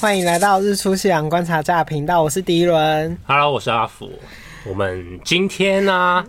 欢迎来到日出夕阳观察家频道，我是迪 伦。 Hello，我是阿福。我们今天呢、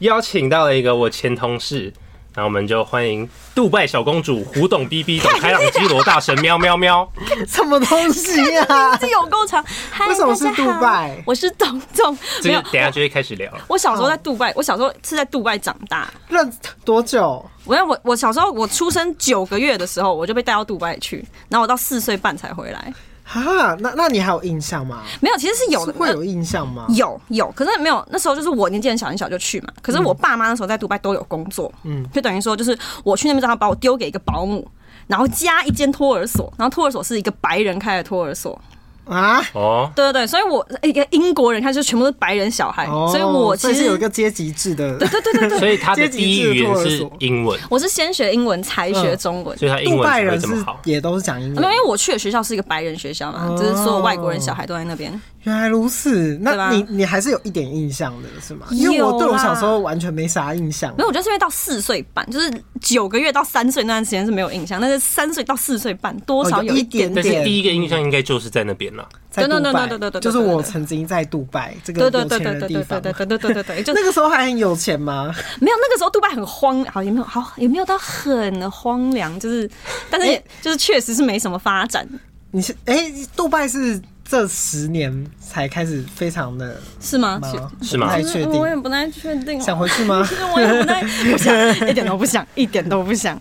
邀请到了一个我前同事，那我们就欢迎杜拜小公主胡董 B B 董开朗基罗大神喵 喵喵。什么东 西啊？这有 够长。嗨为什么是大家好杜拜我是董总，这个没有等。一下就会开始聊了。我小时候在杜拜，我小时候是在杜拜长大。认多久？我要我我小时候我出生九个月的时候，我就被带到杜拜去，然后我到四岁半才回来。哈，那那你还有印象吗？没有，其实是有的，是会有呃印象吗？有有，可是没有。那时候就是我年纪很小很小就去嘛，嗯可是我爸妈那时候在杜拜都有工作，嗯，就等于说就是我去那边之后，他把我丢给一个保姆。然后加一间托儿所，然后托儿所是一个白人开的托儿所，嗯啊，哦，对对对，所以我一个英国人，他就全部都是白人小孩，哦哎所以我其所以实是有一个阶级制的。对对对，所以他的 阶级制第一语言托儿是所英文，我是先学英文才学中文。所以他英杜文拜才会人这是么好。也都是讲英没有，因文。为我去的学校是一个白人学校嘛，哦就是所有外国人小孩都在那边。原来如此，对那吧你你还是有一点印象的是吗？因为我有对我啦小时候完全没啥印象没。有，我觉得是因为到四岁半，就是九个月到三岁那段时间是没有印象，但是三岁到四岁半多少哦有一一点但是点第一个印象应该就是在那边了。在杜对对拜对对对对对就是对对我对曾经在杜拜这个对对有对钱对人的对地对方对。对对对对对，就那个时候还很有钱吗？没有那个时候杜拜很荒，好也没有好也没有到很荒凉，就是但是也就是确实是没什么发展，你是哎、杜拜是这十年才开始非常的是吗？吗？是吗不太就是确我也定，不太确定哦，想回去吗 其？实我也不太 不想，一哎点都不想，一点都不想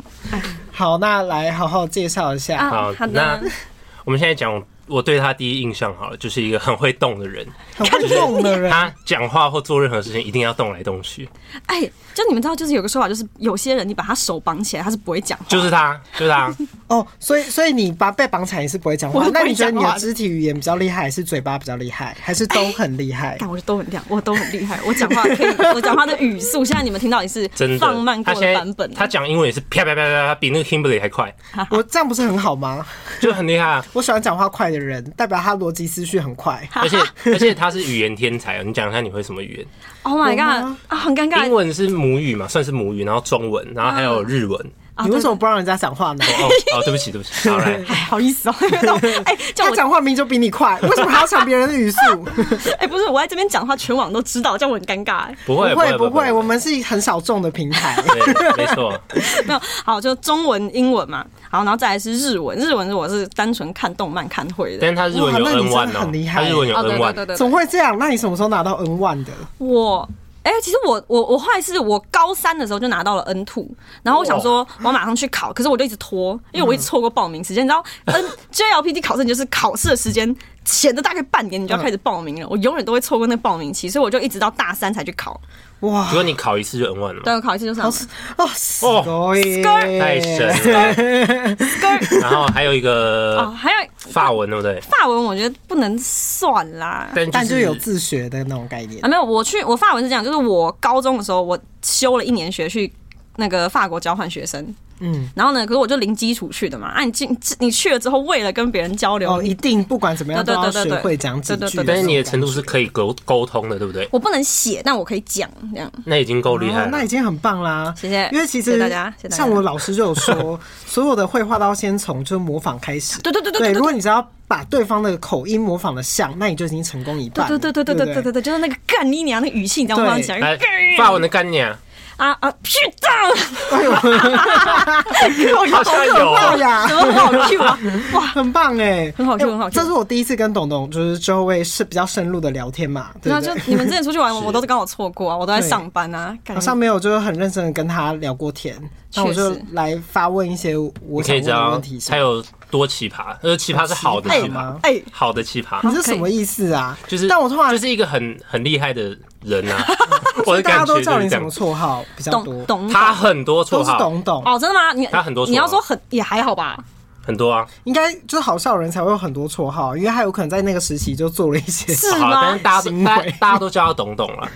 好，那来好好介绍一下。啊！好那的。我们现在讲我对他第一印象好了，就是一个很会动 的人，很会动的人，他讲话或做任何事情一定要动来动去，哎，就你们知道，就是有个说法，就是有些人你把他手绑起来，他是不会讲话。就是他，就是他。哦，所以所以你把被绑起来你是不会讲我话是，不那会你觉得你讲的话肢体语言比较厉害，还是嘴巴比较厉害，还 是都很厉害？但我都很亮，我都很厉害，我讲话可以，我讲话的语速，现在你们听到也是 真的放慢过他现在的版本。啊他讲英文也是啪啪啪啪啪，比那个 Kimberly 还 快，我这样不是很好吗？就很厉害啊。我喜欢讲话快的人，代表他逻辑思绪很快。而且而且他是语言天才哦，你讲一下你会什么语言？ Oh my 我 god！吗啊，很尴尬英文是母语嘛，算是母语，然后中文，然后还有日 文。啊！你为什么？么不让人家讲话呢？哦哦，对不起对不起，好来，哎，好意思哦， 哎，叫他我讲话明明就比你快，为什么还要抢别人的语速？哎，不是，我在这边讲话，全网都知道，叫我很 尴尬。哎 不不会会不会，我们们是很小众的平 台。对，没错，没有，好，就中文、英文嘛，好，然后再来是日文，日文我是单纯看动漫看会的。但是他日文有哇那你 N 真的 one 很厉哦，害他日文有哦，对 N 对 one，对对怎对，么会这样？那你什么时候拿到 N 万的？我。哎、其实我我我后来是我高三的时候就拿到了 N two，然后我想说我马上去考，可是我就一直拖，因为我一直错过报名时 间。你知道 N JLPT 考试你就是考试的时间前的大概半年你就要开始报名了，我永远都会错过那个报名期，所以我就一直到大三才去考。哇 如，果你考一次就 N one 了嘛，对，我考一次就上好了。是哦，すごい太神了。然后还有一 个哦，还有法文，对不对？法文，我觉得不能算啦。但但就是有自学的那种概念啊，。没有，我去我法文是这样，就是我高中的时候，我修了一年学去那个法国交换学生，嗯，然后呢，可是我就零基础去的嘛，啊，你进你去了之后，为了跟别人交流，哦，一定不管怎么样都对对要对对学对会讲几对对句对。但是你的程度是可以沟沟通的，对不对？我不能写，但我可以讲，这样那已经够厉害哦，那已了。经很棒啦！谢谢因为其谢实谢大家谢谢大家像我老师就有说，所有的绘画都要先从就是模仿开始。 对对对对对，对如果你只要把对方的口音模仿的像，那你就已经成功一半了。对对对对对对对不对对，就是那个干你娘的语气，你知道吗？对讲来干，法文的概念啊，啊啊，去当，哎呦， 好像有好哦棒。呀！怎么好 Q 啊？哇， 很棒哎、很好哎听很好听这是我第一次跟董董就是周围是比较深入的聊天嘛，对那不就对？哦你们之前出去玩，我都是刚好错过啊，我都在上班啊，干好像没有就是很认真的跟他聊过天，那我就确实来发问一些你我可想以问知的道问题是他。有多奇葩，呃，奇葩是好的奇葩奇葩哦吗，哎好的奇葩你，这什么意思啊？就是但我突然就是一个很很厉害的人 啊，我的大家感都觉叫就你是这什么样。绰号比较多懂？懂他很多绰都是号，董董，哦，真的吗？你他很多绰号啊你要说很也还好吧，很多啊，应该就是好笑的人才会有很多绰号，因为他有可能在那个时期就做了一些。是好，吗？但是大家行都为大家大家都叫他董董了。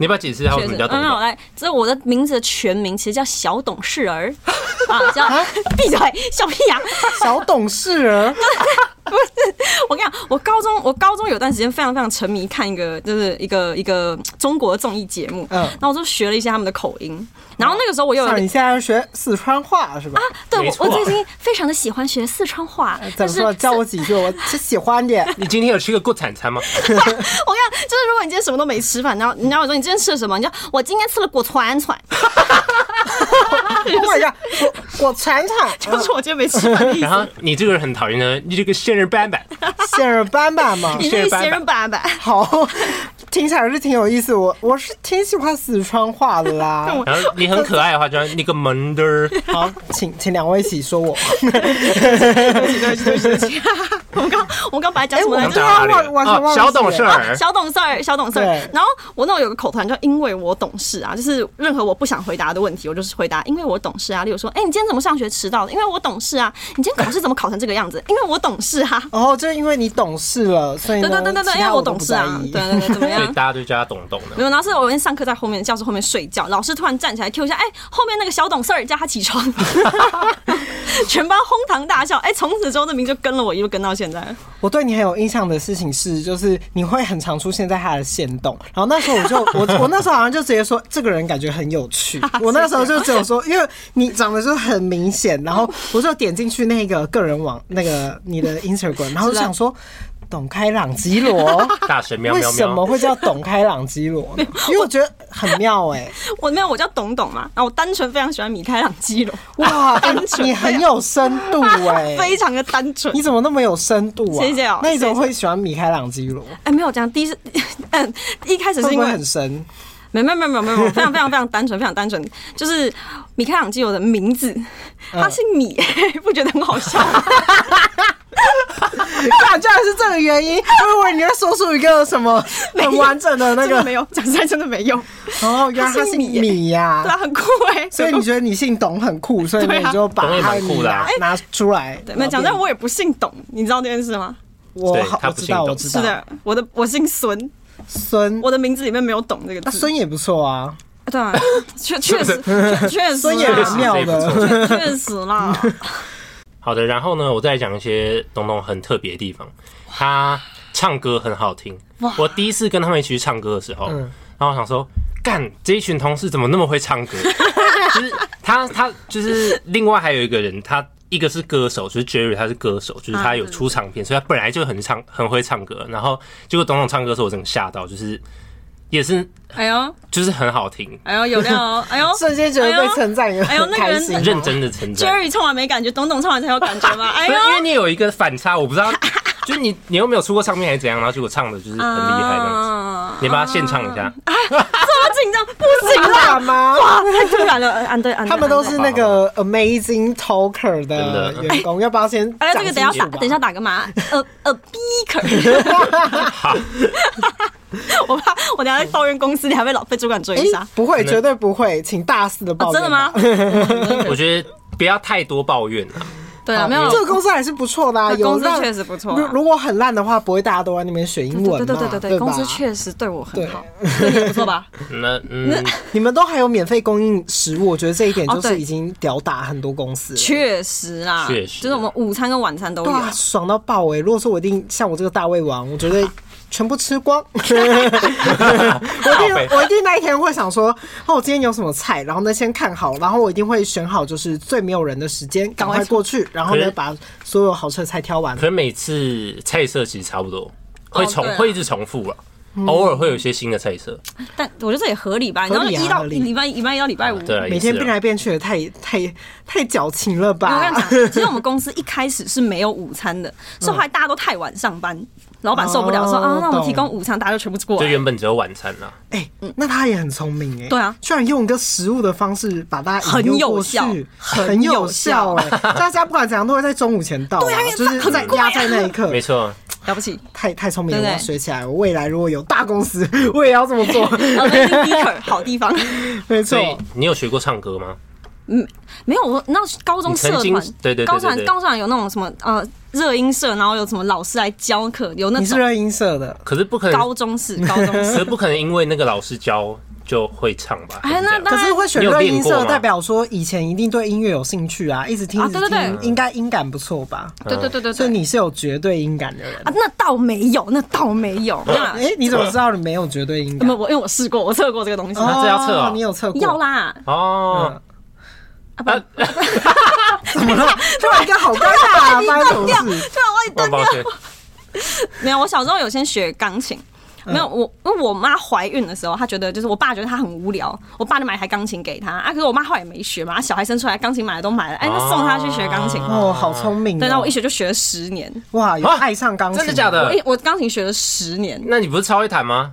你要不要解释一下为确什么，实叫董嗯，那我董？来，这我的名字的全名其实叫小 董啊事儿啊，叫闭嘴，笑屁呀、 小董事儿，我跟你讲，我高中我高中有段时间非常非常沉迷看一个就是一个一个中国的综艺节目，嗯然后我就学了一些他们的口音，然后那个时候我又有像你现在要学四川话 是吧？对没我错我最近非常的喜欢学四川话，哎怎但么是说？教我几句，我是喜欢的。嗯你今天有吃个过产 餐吗？ 我跟你讲，就是如果你今天什么都没吃饭，然后你让我说你今天吃了什么，你就我今天吃了果串串，哦我呀，Oh 我我铲铲就是我今天没吃饭的意然思。后你这个人很讨厌的，你这个仙人板板，线人斑斑嘛， 你这个闲人板板，好，听起来是挺有意思。我我是挺喜欢四川话的 啦。然后你很可爱的话，就要那个门的儿。好，请请两位一起说我。我们刚我们刚本来讲什么哎来我着？知道讲哪里我我哦忘记小懂了事啊，儿，小懂事儿，小懂事儿对。然后我那种有个口头禅叫“因为我懂事啊”，就是任何我不想回答的问题，我就是回答“因为我懂事啊”。例如说，哎、你今天怎么上学迟到的？因为我懂事啊。你今天考试怎么考成这个样子？因为我懂 事啊。然后就是因为你懂事了，所以对呢，对对对对，其因为他我都懂不事在啊。意对对对，怎么所以样？大家都叫他懂懂的。没有，然后是我那天上课在后面教室后面睡觉，老师突然站起来 Q 一下，哎、后面那个小懂事儿叫他起床， 全班哄堂大笑。哎、从此之后那名就跟了我，一路跟到现在。我对你很有印象的事情是，就是你会很常出现在他的线动，然后那时候我就我我那时候好像就直接说这个人感觉很有趣，啊我那时候就只有说，因为你长得就很明显，然后我就点进去那个个人网那个你的 Instagram，然后就想说。董开朗基罗，大神喵为喵什么喵，会叫董开朗基罗 呢？因为我觉得很妙哎、我没有，我叫懂懂嘛，然后我单纯非常喜欢米开朗基罗。哇，哎你很有深度哎、欸 非常的单纯你。怎么那么有深度啊？谢谢哦那你怎么谢谢会喜欢米开朗基罗？哎，没有这样，第一是， 嗯，一开始会是因不为会很 深？没没没没 没没，非常非常非常单纯，非常单纯，就是米开朗基罗的名字，嗯他姓米，哎不觉得很 好笑吗？啊，居然是这个原因！我以为你会说出一个什 么很完整的那真的个，没有，讲实在真的没 有，哦，原来他姓米呀、对啊，很酷哎。所以你觉得你姓董很酷，所以对你啊哎就把他的董也蛮酷米的啊拿拿出来。对，没有讲然真，后我也不姓董，你知道这件事吗？我对好他我不知姓道董我知是道，的，我的我姓孙，孙我的名字里面没有董这个那字。孙也不错啊，对啊， 确确实确确实孙也啦蛮妙是的。确确实啦，好的，然后呢，我再讲一些东东很特别的地方。他唱歌很好听，我第一次跟他们一起去唱歌的时候，嗯然后我想说，干这一群同事怎么那么会唱歌？就是他，他就是另外还有一个人，他一个是歌手，就是 Jerry，他是歌手，就是他有出唱片，所以他本来就很唱很会唱歌。然后结果董董唱歌的时候，我真的吓到，就是也是哎呦就是很好听，哎呦有料哦，哎呦瞬间觉得被称赞也哎呦很那个开人心。认真的称赞。 Jerry 唱完没感觉，董董唱完才有感觉吗？哎不呦 是，因为你有一个反差，我不知 道，就是你你又没有出过唱片还是怎样，然后结果唱的就是很厉害这样子。啊嗯你帮他现唱一下，这么紧张，不行啦！大吗？哇，太突然了，安对安对，他们都安是对。那个 Amazing Talker 真的的员工，要不要先哎，这讲个清等一楚下吧打，等一下打个码，呃呃，beaker，我怕我等一下在抱怨公司，你还被老被主管追哎杀。不会，的绝对不会，请大肆的抱哦，怨。真的吗？？ 我觉得不要太多抱怨了。对啊，没有，嗯这个公司还是不错的、啊，这有公司让确实不错啊如如果很烂的话，不会大家都在那边学英文对嘛，对对对啊对对，吧公司确实对我很好，对你也不错 吧？那嗯，你们都还有免费供应食物，我觉得这一点就哦对是已经吊打很多公司了。确实啦，确实就是我们午餐跟晚餐都有。哇，啊爽到爆哎、如果说我一定像我这个大胃王，我觉啊得全部吃 光。 我一靠定北我一定那一天会想说，哦，我今天有什么菜，然后呢先看好，然后我一定会选好就是最没有人的时间，赶快过去，然后可是呢把所有好吃的菜挑完可。是每次菜色其实差不多，会重对啊会一直重复了。偶尔会有一些新的菜色，但我觉得这也合理吧？你知道合理啊一到合理礼拜一礼拜一到礼拜五，对啊，每也天是变啊。来变去也太太太矫情了我跟吧你？讲，其实我们公司一开始是没有午餐的，所以后来大家都太晚上班，老板受不了说嗯哦啊，那我们懂提供午餐，大家就全部过就来。原本只有晚餐啦， 哎、那他也很聪明哎、嗯对啊居然用一个食物的方式把大家引诱过去很有效很有效很哎、大家不管怎样都会在中午前到、啊，对啊因为就是很在贵啊压在那一刻没，错，了不 起，太太聪明了，对我不对要学起来。我未来如果有大公司， 我也要这么 做。我们 Beaker 好地方。没所以错，你有学过唱歌吗？ 没有，我那高中社你曾经团，对对对对对高中高中有那种什么呃热音社，然后有什么老师来教课，有那你是种热音社的，可是不可能，高 中式、高中可式。是不可能，因为那个老师教就会唱吧？还哎那是这样当可然是会选你有热练音过社，吗代表说以前一定对音乐有兴趣啊，一直听啊一直对对听，对啊应该音感不错吧？对对对对所以对，你是有绝对音感的人啊，。那倒没有，那倒没哦有。那哎，你怎么知道你没有绝对音感没 有？我因为我试过，我测过这个东西，啊这要测哦你有测过？嗯要啦，哦，怎么了？ 突然间好尴尬啊！发生什么事？对啊，我也那抱歉， 没有，我小时候有先学钢琴。嗯没有我，因为我妈怀孕的时候，她觉得就是我爸觉得她很无聊，我爸就买一台钢琴给她啊。可是我妈后来也没学嘛，小孩生出来钢琴买的都买了，哎，那送她去学钢琴。啊哦，好聪明哦！对，那我一学就学了十年，哇，有啊爱上钢琴，真的假？的我？一我钢琴学了十年，那你不是超会弹吗？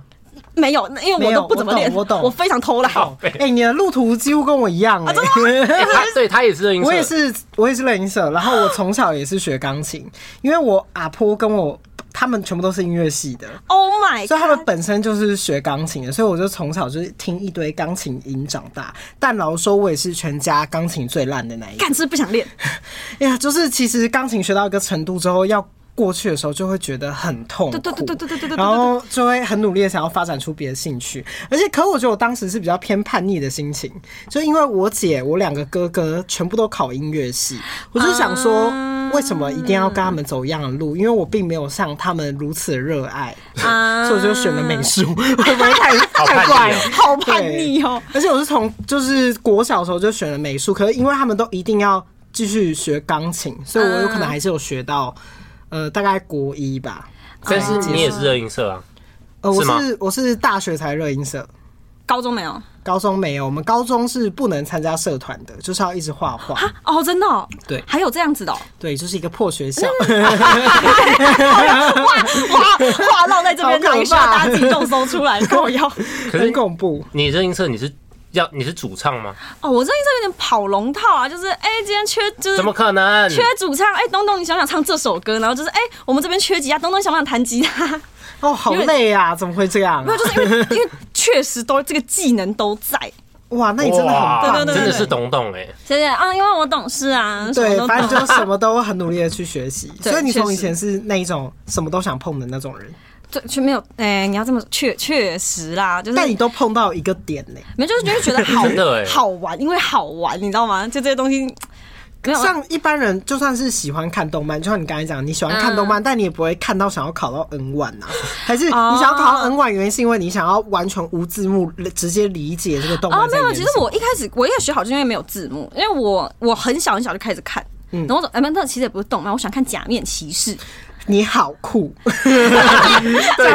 没有，那因为我都不怎么练，没有我懂我懂我非常偷懒。靠背，哎，你的路途几乎跟我一样啊哎。哎他对他也是热音社，我也是，我也是乐音社，然后我从小也是学钢琴， 因为我阿婆跟我他们全部都是音乐系的， Oh my！所以他 god！们本身就是学钢琴的，所以我就从小就是听一堆钢琴音长大。但老实说，我也是全家钢琴最烂的那一个。干是不想练，哎呀，就是其实钢琴学到一个程度之后，要过去的时候就会觉得很痛苦，对对对对对对对对对然后就会很努力的想要发展出别的兴趣。而且，可我觉得我当时是比较偏叛逆的心情，就因为我姐、我两个哥哥全部都考音乐系，我就想说，啊为什么一定要跟他们走一样的路？因为我并没有像他们如此热爱，啊 所以我就选了美术， 会不会太好叛逆太哦怪？好叛逆哦。而且我是从就是国小的时候就选了美术，可是因为他们都一定要继续学钢琴，所以我有可能还是有学到，嗯呃，大概国一吧。但是哎你也是热音社啊？呃，我是吗是我是大学才热音社，高中没有高中没有。我们高中是不能参加社团的，就是要一直画画。哦，真的哦，对还有这样子 的哦，对，就是一个破学校。 哇，话绕在这好可边怕绕一下，大家自己动搜出来，跟我要。 可很是恐怖，你热音社你是要你是主唱 吗？哦，我这一阵有点跑龙套啊，就是哎、今天缺就是怎么可能？缺主唱，哎、东东你想不想唱这首歌？然后就是哎、我们这边缺吉他，东东想不想弹吉他？ 哦，好累啊！怎么会这样没？有，就是因为因为确实都这个技能都在，哇，那你真的很哇棒对对对真的是懂懂哎。谢谢啊，因为我懂事啊，什么对，都反正 就懂。什么都很努力的去学习，对所以你从确以实前是那一种什么都想碰的那种人，对，却没有，哎、你要这么说确确实啦，就是但你都碰到一个点呢、没有就是就是觉得好 真的哎好玩，因为好玩，你知道吗？就这些东西没有像一般人，就算是喜欢看动漫，就像你刚才讲，你喜欢看动嗯漫，但你也不会看到想要考到 N 万 呐、还是你哦想要考到 N 万，原因是因为你想要完全无字幕直接理解这个动漫啊，在没演什么。有，其实我一开始我一开始学好，就是因为没有字幕，因为我我很小很小就开始看。嗯然后我说，哎、没有那其实也不是动漫，我想看《假面骑士》，你好酷，假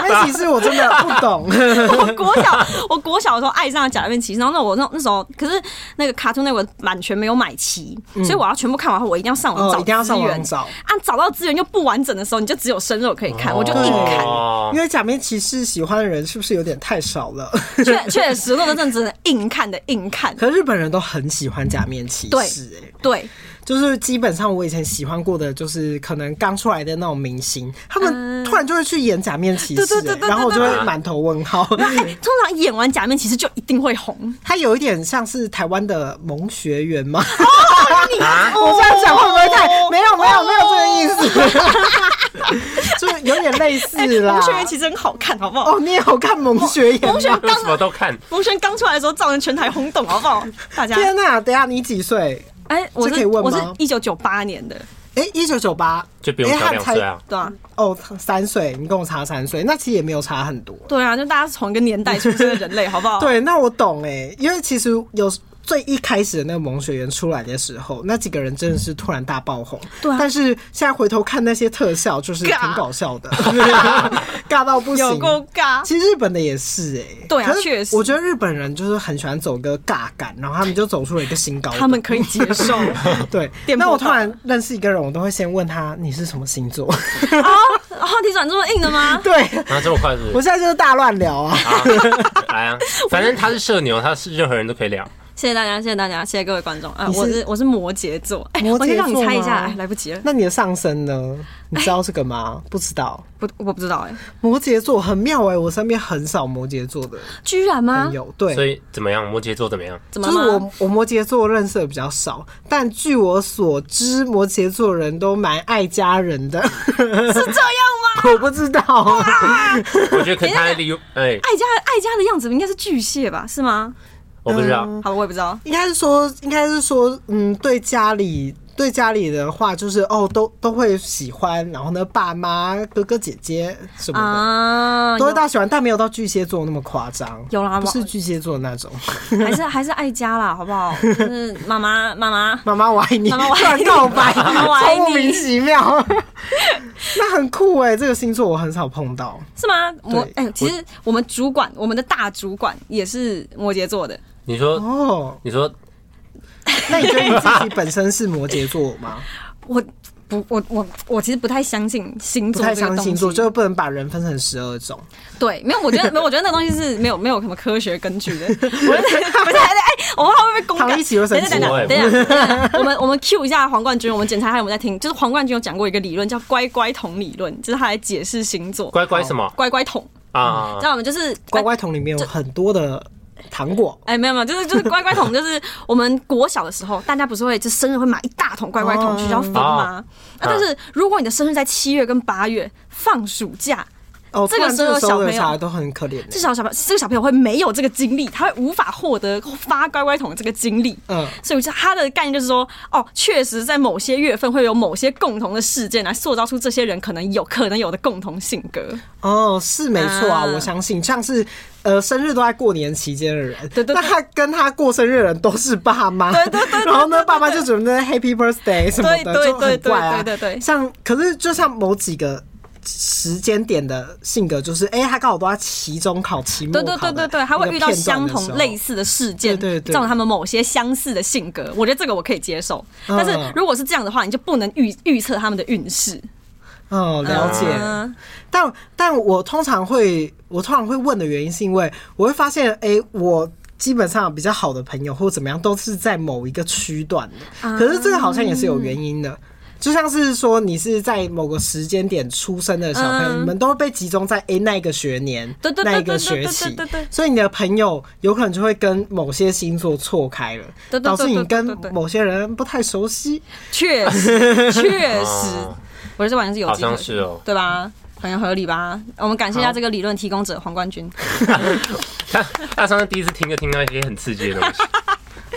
面骑士我真的不懂，我国小， 我国小的时候爱上了假面骑士，然后那我那那时候可是那个卡通那个版权没有买齐，所以我要全部看完后，我一定要上网嗯哦，找一定要上资网源找。啊，找到资源又不完整的时候，你就只有生肉可以看，我就硬看。哦因为假面骑士喜欢的人是不是有点太少了？确确实，那个阵子硬看的 硬看，可日本人都很喜欢假面骑对士、哎，对，就是基本上我以前喜欢过的，就是可能刚出来的那种明星，他们突然就会去演假面骑士、嗯对对对欸对对然后我就会满头问号。哎、通常演完假面骑士就一定会红。他有一点像是台湾的萌学园吗？啊，哦我这样讲会不会太没有没有没有这个意思？就是有点类哎似啦萌。学园其实很好看，好不好？哦，你也有看萌学园吗？萌学园为 什么都看？萌学园刚出来的时候，造成全台轰动，好不好？大家，天哪、等一下你几岁？哎、我这可以是问吗我是一九九八年的，哎、一九九八就不用差两岁啊。对啊，哦，三岁，你跟我差三岁，那其实也没有差很多。对啊，就大家是同一个年代出生的人类，好不好？对，那我懂哎、因为其实有最一开始的那个萌学园出来的时候，那几个人真的是突然大爆红。对啊但是现在回头看那些特效，就是挺尬搞笑 的，尬到不有行。够尬。其实日本的也是哎、对啊可是确实我觉得日本人就是很喜欢走个尬感，然后他们就走出了一个新高度。他们可以接受啊！ 对，电波那我突塔然认识一个人，我都会先问他你是什么星座。 话题转这么硬的吗？对然啊后这么快是不我是？现在就是大乱聊啊，啊，来啊，反正他是社牛，他是任何人都可以聊。谢谢大家，谢谢大家，谢谢各位观众啊！你是我是我是摩羯座，哎、摩羯座我先让你猜一下，吗哎，来不及了，那你的上升呢？你知道这个吗？不知道。不，我不知道哎、摩羯座很妙哎、我身边很少摩羯座的居然吗朋？友，对，所以怎么样？摩羯座怎么样？啊怎就么是了吗？我我摩羯座认识的比较少，但据我所知，摩羯座人都蛮爱家人的。 是这样吗？我不知道，啊我觉得可能他的理由，哎，爱家爱家的样子应该是巨蟹吧？是吗？我不知道。嗯好了，我也不知道。应该是说，应该是说，嗯，对家里。对家里的话，就是哦，都都会喜欢，然后呢，爸妈、哥哥姐姐什么的，啊，都会有到喜欢，但没有到巨蟹座那么夸张。有啦不是巨蟹座那种。还是还是爱家啦，好不 好？就是妈妈妈妈，妈妈我爱你，妈妈我爱突然你告白，妈妈我爱超你莫名其妙。 那很酷哎、这个星座我很少碰到。是吗？我对哎、其实我们主管，我们的大主管也是摩羯座的，你说，哦，你说，那你觉得你自己本身是摩羯座 吗？我。不，我我我其实不太相信星不座太这个相东信西，哎星座，就是不能把人分成十二种。对，没有，我觉得没有，我觉得那东西是没有没有什么科学根据的。我觉得不是，哎，哎我们会不会被公唐一干？奇又生等一气下等了，一下等一下，等一下我们我们 Q 一下黄冠军，我们检查他有没有在听。就是黄冠军有讲过一个理论叫“乖乖桶理论”，就是他来解释星座。乖乖什么乖乖桶，啊嗯知？道吗？就是 乖乖桶里面有很多的糖果。哎，没有没有，就是就是乖乖桶，就是我们国小的时候，大家不是会就生日会买一大桶乖乖哦桶去要分啊吗？那但是如果你的生日在七月跟八月放暑假，哦，这个突然这个时时候候的小小朋孩友都很可怜、欸。这小小朋友这个小朋友会没有这个经历，他会无法获得发乖乖桶的这个经历。嗯，所以我觉得他的概念就是说，哦，确实在某些月份会有某些共同的事件来塑造出这些人可能有可能有的共同性格。哦，是没错啊，啊我相信像是呃生日都在过年期间的人，对对对那他跟他过生日的人都是爸妈，对对对对然后呢，爸妈就准备 Happy Birthday 什么的，对对就很怪啊，对对对对对像可是就像某几个。时间点的性格就是，哎、他刚好都在期中考、期末对考对的对对对，他会遇到那个片段相的同时候类似的事件，对对对造成他们某些相似的性格。我觉得这个我可以接受，嗯但是如果是这样的话，你就不能预预测他们的运势。哦，了解。嗯但但我通常会，我通常会问的原因是因为我会发现，哎、我基本上比较好的朋友或怎么样，都是在某一个区段啊的。可是这个好像也是有原因的。就像是说，你是在某个时间点出生的小朋友，嗯你们都会被集中在诶那一个学年、对对对那一个对对学对期对对对，所以你的朋友有可能就会跟某些星座错开了对，对对导致你对对跟对对对某些人不太熟悉。确 实，确实哦，我觉得这完全是有好机会像，是哦。对吧？很合理吧？我们感谢一下这个理论提供者黄冠 军。他他上次第一次听就听到一些很刺激的东西。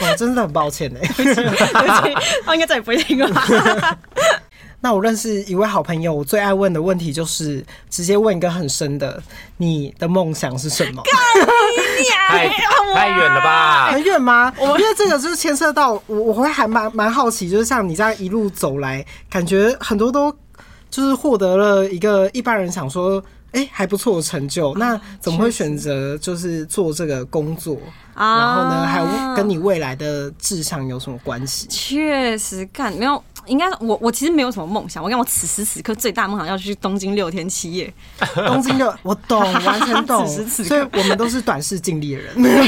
哦，真的很抱歉哎、 对不起，哦他应该再也不会听了 吧。 那我认识一位好朋友，我最爱问的问题就是直接问一个很深的，你的梦想是什么？哎太太远了吧？很远吗？因为这个就是牵涉到我，我会还蛮蛮好奇，就是像你这样一路走来，感觉很多都就是获得了一个一般人想说，哎、还不错的成就，那怎么会选择就是做这个工作？啊然后呢，还有跟你未来的志向有什么关系？确实干没有，应该是我我其实没有什么梦想。我跟我此时此刻最大梦想要去东京六天七夜， 东京的我懂，完全懂， 此时此刻所以我们都是短视尽力的 人。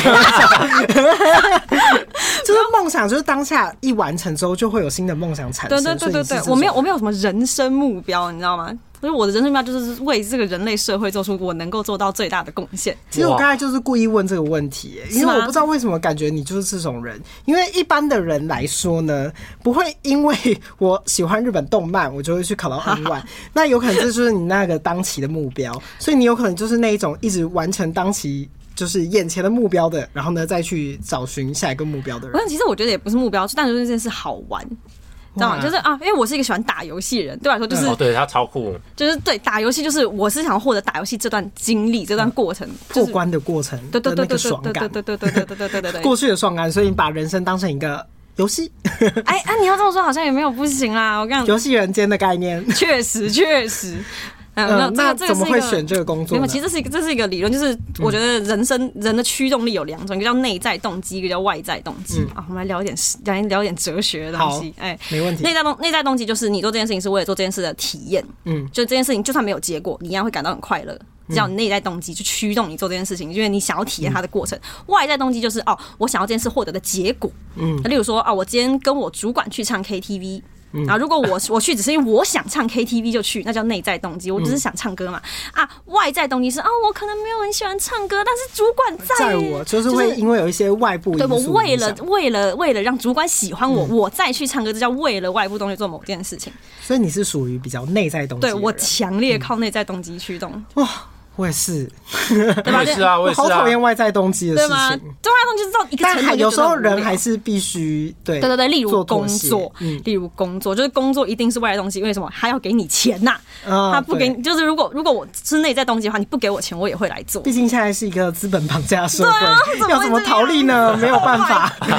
就是梦想，就是当下一完成之后，就会有新的梦想产对生。对对所以对你是对这，种我没有我没有什么人生目标，你知道吗？就是我的人生目标就是为这个人类社会做出我能够做到最大的贡献。其实我刚才就是故意问这个问题、欸因为是吗我不知道为什么感觉你就是这种人。因为一般的人来说呢，不会因为我喜欢日本动漫，我就会去考到 N 万。那有可能这就是你那个当期的目 标，所以你有可能就是那一种一直完成当期就是眼前的目标的，然后呢再去找寻下一个目标的我人。想其实我觉得也不是目标，但就是这件事好玩。知道吗？哇嗯就是啊，因为我是一个喜欢打游戏的人，对我来说就是、哦，对，他超酷，就是对打游戏，就是我是想获得打游戏这段经历、这段过程，就破是关的嗯过程对的对那对个对爽对对感，对对对对对对对对 对。过去的爽感，所以你把人生当成一个游戏，哎啊，你要这么说好像也没有不行啦。我跟你讲，游戏人间的概念。确实确实。嗯嗯，那这个这个怎么是一会个选这个工没作有，呢？嗯其实这是一个这是一个理论，就是我觉得人生、人的驱动力有两种，一个叫内在动机，一个叫外在动机、嗯啊。我们来聊一点来聊一点哲学的东西。哎，没问题内在动内在动机就是你做这件事情是为了做这件事的体验，嗯嗯，就这件事情就算没有结果，你一样会感到很快乐。只要你内在动机去驱动你做这件事情，因为你想要体验它的过程。外在动机就是哦，我想要这件事获得的结果。嗯，例如说啊，我今天跟我主管去唱 KTV。嗯然后，如果我 我去只是因为我想唱 KTV 就去，那叫内在动机。我嗯只是想唱歌嘛。啊，外在动机是啊，我可能没有很喜欢唱歌，但是主管在在我就是会因为有一些外部因对素我影响，嗯为了为了为了让主管喜欢我，我再去唱歌，这叫为了外部东西做某件事情。所以你是属于比较内在东西的嗯对人。我强烈靠内在动机驱动，哇，我也是，我也是啊，我我也是好啊讨。厌外在动机的对事吗？情。对啊他们就是到一个但程还度，有时候人还。是必须对对对对，例如做工妥协作，嗯例如工作，就是工作一定是外来东西，因为什么？他要给你钱呐、啊他不给对你，就是如果如果我是内在动机的话，你不给我钱，我也会来做。毕竟现在是一个资本绑架的社会，对啊怎么会要怎么逃离 呢？没有办法 Oh my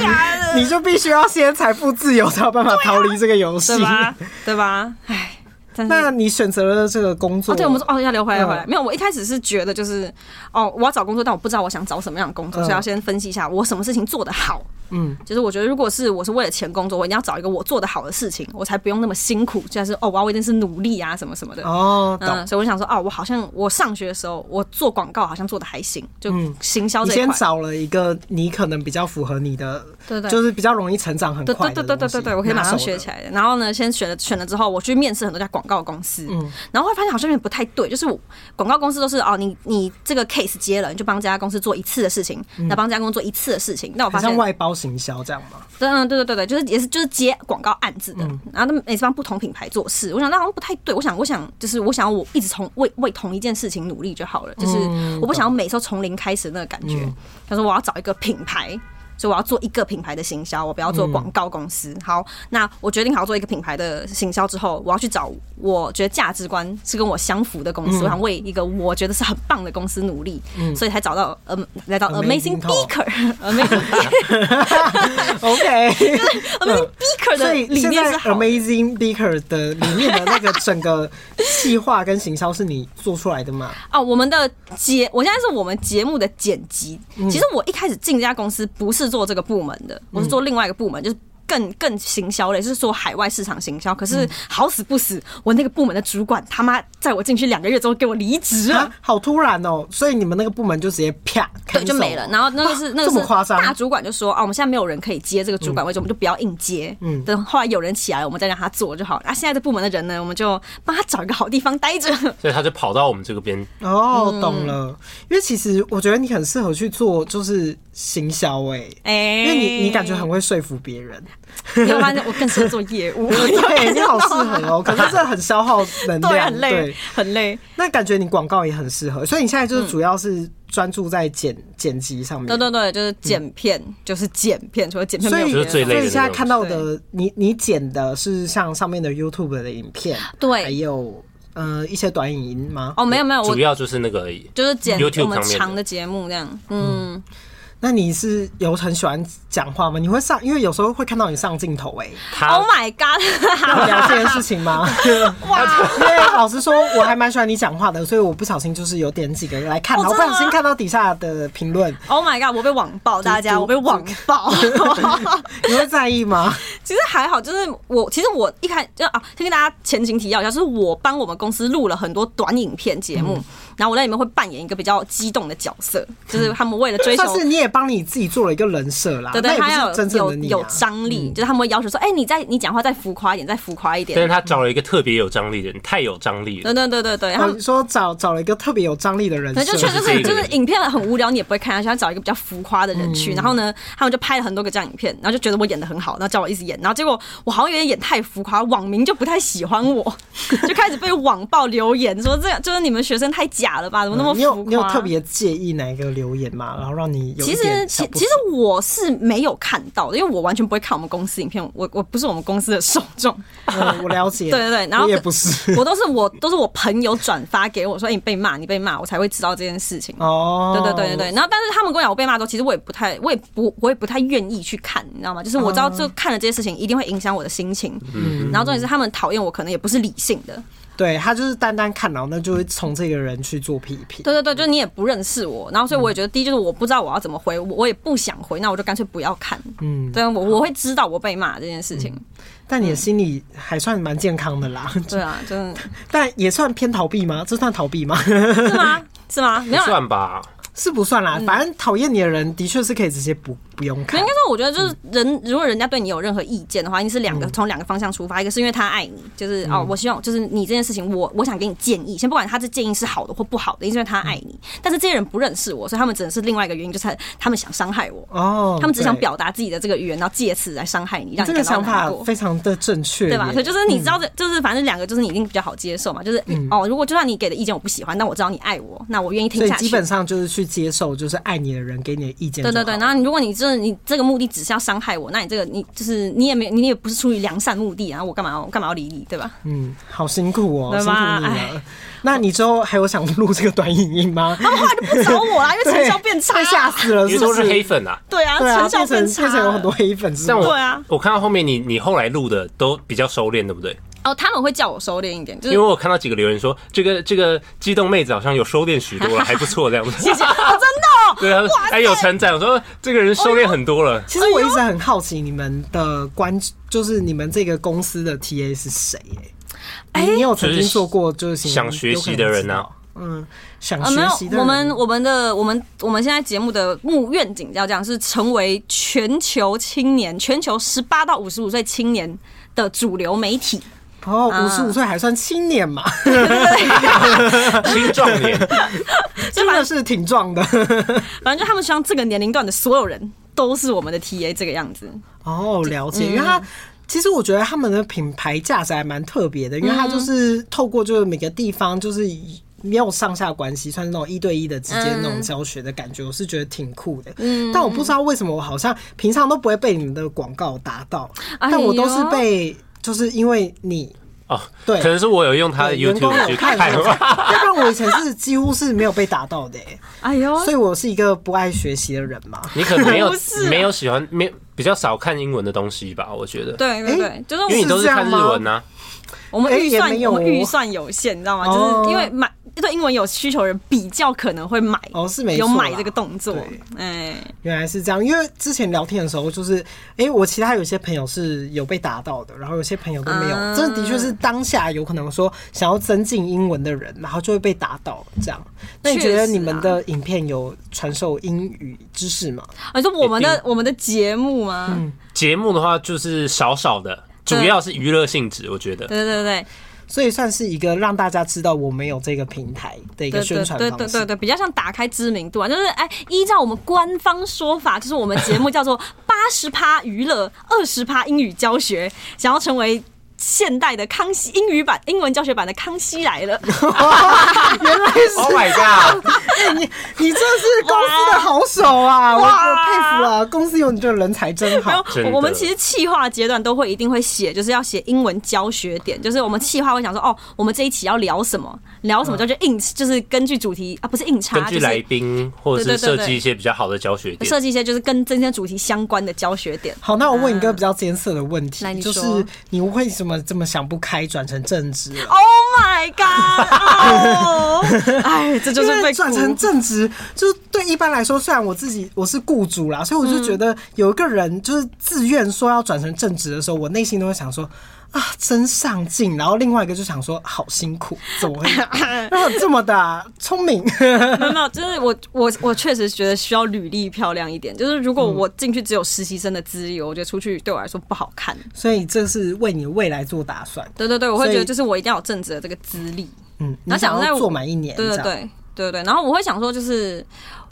God，你就必须要先财富自由，才有办法逃离这个游戏对。吧？对吧？唉，但是那你选择了这个工作，哦，对，我们说哦要留回来嗯回来，没有，我一开始是觉得就是哦我要找工作，但我不知道我想找什么样的工嗯作，所以要先分析一下我什么事情做得好。嗯，就是我觉得如果是我是为了钱工作，我一定要找一个我做得好的事情，我才不用那么辛苦，就是哦我要为这件事努力啊什么什么的。哦，懂。嗯，所以我想说，哦，我好像我上学的时候，我做广告好像做的还行，就行嗯销你这一先块。找了一个你可能比较符合你的，对对就是比较容易成长很对快对的对东对西。对对对，我可以马上学起来。来的。然后呢，先选了选了之后，我去面试很多家广告公司，嗯然后后来发现好像有点不太对，就是我广告公司都是哦，你你这个 case 接了，你就帮这家公司做一次的事情，那帮这家公司做一次的事情，那我发很嗯现像外包行销这样嘛？对嗯，对对对对，就是也是就是接广告案子的，然后他们每次帮不同品牌做事，我想那好像不太对，我想我想就是我想要我一直从为为同一件事情努力就好了，就是我不想要每次都从零开始那个感觉。他说我要找一个品牌。所以我要做一个品牌的行销，我不要做广告公司。好，那我决定好做一个品牌的行销之后，我要去找我觉得价值观是跟我相符的公司，我想为一个我觉得是很棒的公司努力，所以才找到嗯、来到 Amazing Amazing Talk Beaker，Amazing OK， Amazing Beaker 嗯所的以理现念在是好的。 Amazing Beaker 的里面的那个整个企划跟行销是你做出来的 嘛？哦，我们的节，我现在是我们节目的剪辑。嗯其实我一开始进这家公司不是做这个部门的，我是嗯做另外一个部门，就是。更更行销类，就是做海外市场行销。嗯可是好死不死，我那个部门的主管他妈在我进去两个月之后给我离职了啊，，好突然哦！所以你们那个部门就直接啪，对，就 cancel 没了。然后那个是、啊那个这么是夸张嗯大主管就说啊，我们现在没有人可以接这个主管位置，我们就不要硬接。嗯，等后来有人起来，我们再让他做就好了。啊，现在这部门的人呢，我们就帮他找一个好地方待着。所以他就跑到我们这个边，哦，嗯懂了。因为其实我觉得你很适合去做就是行销诶、哎、因为你你感觉很会说服别人， 你有发现我更适合做业务， 对你好适合哦。可是这很消耗能对，量，很累对，很累。那感觉你广告也很适合，所以你现在就是主要是专注在剪、剪辑上面嗯对。对对，就是剪片，就是剪片，除了剪片嗯所没有以，别的就是最累的所以现在那种看到的，你你剪的是像上面的 YouTube 的影片，对还有呃一些短影音吗？哦，没有没有，我主要就是那个而已。就是剪 YouTube 我们上面的长的节目这样。嗯，那你是有很喜欢讲话吗？你会上，因为有时候会看到你上镜头、 欸，他 Oh my God！ 哎，聊这件事情吗？哇， 因为老实说，我还蛮喜欢你讲话的，所以我不小心就是有点几个人来看，哦然后不真的小吗心看到底下的评论， Oh my god！我被网暴，大家，我被网暴。你会在意吗？ 其实还好，就是我，其实我一开就啊，先跟大家前情提要一下，就是我帮我们公司录了很多短影片节嗯目，然后我在里面会扮演一个比较激动的角色，就是他们为了追求 算是你也帮你自己做了一个人设啦，对对，啊那他也不要是真正有的你、啊有张力，就是他们会要求说，哎、你在你讲话再浮夸一点，再浮夸一但是点。他找了一个特别有张力的人，太有张力了。对对对对对，他哦们你说找找了一个特别有张力的人可设，能就确实是这是个就是人影片很无聊，你也不会看下去，他找一个比较浮夸的人嗯去，然后呢，他们就拍了很多个这样影片，然后就觉得我演的很好，然后叫我一直演，然后结果我好像有点演太浮夸，网民就不太喜欢 我，就开始被网暴留言说这就是你们学生太假了吧，怎么那么嗯你有浮你有特夸？啊别介意哪一个留言吗？然后让你有一其实，点其小不其实我是没有看到的，因为我完全不会看我们公司影片，我我不是我们公司的受众，爽呃我了解， 对对对然后我也不 是我都是我都是我朋友转发给我说，哎、你被骂，你被骂，我才会知道这件事情。哦，对对对对对，然后但是他们跟我讲我被骂之后，其实我也不太，我也不，我也不太愿意去看，你知道吗？就是我知道这看了这些事情一定会影响我的心情，然后重点是他们讨厌我，可能也不是理性的，对他就是单单看，然后那就会从这个人去做批评。对对对，就是你也不认识我，然后所以我也觉得第一就是我不知道我要怎么回，我我也不想回，那我就干脆不要看，嗯，对我我会知道我被骂这件事情，但你的心理还算蛮健康的啦， 对啊，真的但也算偏逃避吗？这算逃避吗？ 是吗？是吗？没不有啊啦，算吧？是不算啦，反正讨厌你的人的确是可以直接不不用可看嗯应该。说，我觉得就是人，如果人家对你有任何意见的话，你是两个嗯从两个方向出发，一个是因为他爱你，就是哦，我希望就是你这件事情，我我想给你建议，先不管他这建议是好的或不好的，因为他爱你。嗯但是这些人不认识我，所以他们只能是另外一个原因，就是他他们想伤害我，哦，他们只想对表达自己的这个语言，然后借此来伤害你，让这你个感到想难法过。非常嗯的正确，对吧？所以就是你知道这，就是反正两个就是你一定比较好接受嘛。就是、嗯哦，如果就算你给的意见我不喜欢，那我知道你爱我，那我愿意听所以下去。基本上就是去接受，就是爱你的人给你的意见就对好。对对，然后你如果你真的你这个目的只是要伤害我，那你这个你就是你也没你也不是出于良善目的啊，然后我干嘛要我干嘛要理你，对吧？嗯，好辛苦哦，对辛苦吧哎你了。那你之后还有想录这个短影音 吗？哦啊他们后来就不找我啦，因为成效变差啊被，吓死了，因为呃是都不是黑？粉啊。对啊，对啊，成效变成变差变成有很多黑粉，是但吗我对啊我看到后面你你后来录的都比较收敛，对不对？哦，他们会叫我收敛一点，就因是为。我看到几个留言说，这个这个激动妹子好像有收敛许多啊了，还不错这样子。谢 谢，哦真的哦，对啊，还有称赞，我说这个人收敛很多了。其实我一直很好奇你们的关，就是你们这个公司的 TA 是谁、欸？哎你你有曾经做过就是行想学习的人啊？有可能知道嗯，想啊，没学习的人、有，我们我们的我们我们现在节目的目愿景要讲是成为全球青年，全球十八到五十五岁青年的主流媒体。哦，五呃十五岁还算青年嘛，青壮年，真的是挺壮的。反正就他们希望这个年龄段的所有人都是我们的 TA 这个样子。 哦，了解，因为它其实我觉得他们的品牌价值还蛮特别的，因为它就是透过就是每个地方就是没有上下关系，算是那种一对一的之间那种教学的感觉，我是觉得挺酷的。嗯，但我不知道为什么我好像平常都不会被你们的广告打到，哎呦但我都是被就是因为你。哦，对可能是我有用他的对员工呃 YouTube 有去看，看，要不然我以前是几乎是没有被打到的、欸，哎呦，所以我是一个不爱学习的人嘛。你可能没有 不是啊没有喜欢，没比较少看英文的东西吧？我觉得，对对对，就是我因为你们都是看日文啊呐、我们哎预也算没有我们哦预算有限，你知道吗？哦就是因为买对英文有需求的人比较可能会买，哦是没错有啦买这个动作对，哎，原来是这样，因为之前聊天的时候，就是诶，我其他有些朋友是有被打到的，然后有些朋友都没有，啊这的确是当下有可能说想要增进英文的人，然后就会被打到这样。那你觉确得实啊你们的影片有传授英语知识吗？啊你说我们一的定我们的节目啊吗？嗯节目的话就是少少的，主对要是娱乐性质，我觉得。对对对所以算是一个让大家知道我们有这个平台的一对个宣对传对方对式对。对，比较像打开知名度啊，就是哎，依照我们官方说法，就是我们节目 叫做八十趴娱乐，二十趴英语教学，想要成为。现代的康熙英语版、英文教学版的《康熙来了》， 原来是 Oh my god！哎你你这是公司的好手啊！我我哇佩服了，公司有你这人才 真好。真的我们其实企划阶段都会一定会写，就是要写英文教学点，就是我们企划会想说，哦，我们这一期要聊什么，聊什么就就硬，就是根据主题啊，不是硬插，根就据来是宾或者对是对对设对计一些比较好的教学点。设计一些就是跟今天主题相关的教学点。好，那我问一个比较艰涩的问题，来啊你就说是你为什么这么想不开，转成正职啊了？ Oh my god！哦， 哎，这就是因被为转成鼓正职，就是对一般来说，虽然我自己我是雇主啦，所以我就觉得嗯有一个人就是自愿说要转成正职的时候，我内心都会想说啊，真上进。然后另外一个就想说，好辛苦，怎么会 让我这么的啊聪明？没有没有，就是我我我确实觉得需要履历漂亮一点。就是如果我进去只有实习生的资历，我觉得出去对我来说不好看。所以这是为你未来做打算。对对对，我会所以觉得就是我一定要有正职的这个资历。嗯，那你想想在要我做满一年，对这对样对对对对。然后我会想说，就是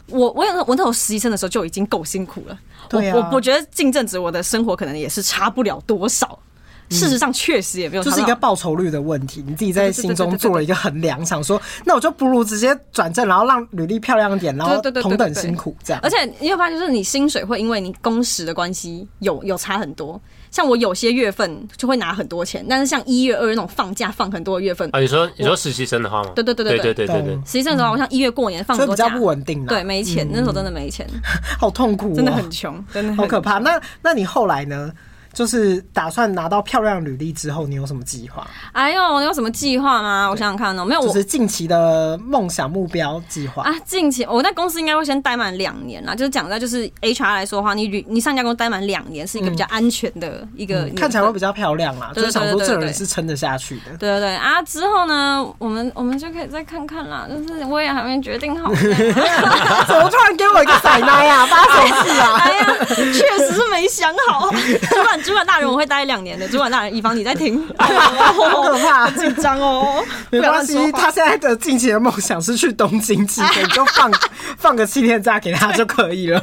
我我有我那时候实习生的时候就已经够辛苦了，对啊我我我觉得进正职我的生活可能也是差不了多少。事实上，确实也没有差嗯就到，是一个报酬率的问题，你自己在心中做了一个衡量，想说，那我就不如直接转正，然后让履历漂亮一点，然后对对对对同对对等辛苦这样而。且你会发现，就是你薪水会因为你工时的关系有有差很多。像我有些月份就会拿很多钱，但是像一月、二月那种放假放很多的月份，啊，你说你说实习生的话吗？对对对对对对对对对懂。实际上的话，我像一月过年放很多嗯假，所以比较不稳啊定啦对，没钱，那时候真的没钱，好痛苦、哦，真的很穷，真的很好可怕。那那你后来呢？就是打算拿到漂亮履历之后，你有什么计划？哎呦，你有什么计划吗？我想想看哦，没有就我是近期的梦想目标计划。啊，近期我在公司应该会先待满两年啦。就是讲在就是 HR 来说的话，你履你上一家公司待满两年是一个比较安全的一个、嗯看起来会比。较漂亮啊啦，就对是想说对对这对人是撑得下去的。 对对对啊！之后呢，我们我们就可以再看看啦。就是我也还没决 定好。哎怎么突然给我一个甩奶 啊？发生什么事啊？呀，确实是没想好。主管主管大人，我会待两年的。主管大人，以防你在听，好可 怕！紧张哦。没不要关乱说系，话他现在的近期的梦想是去东京七天，你就 放放个七天假给他就可以了。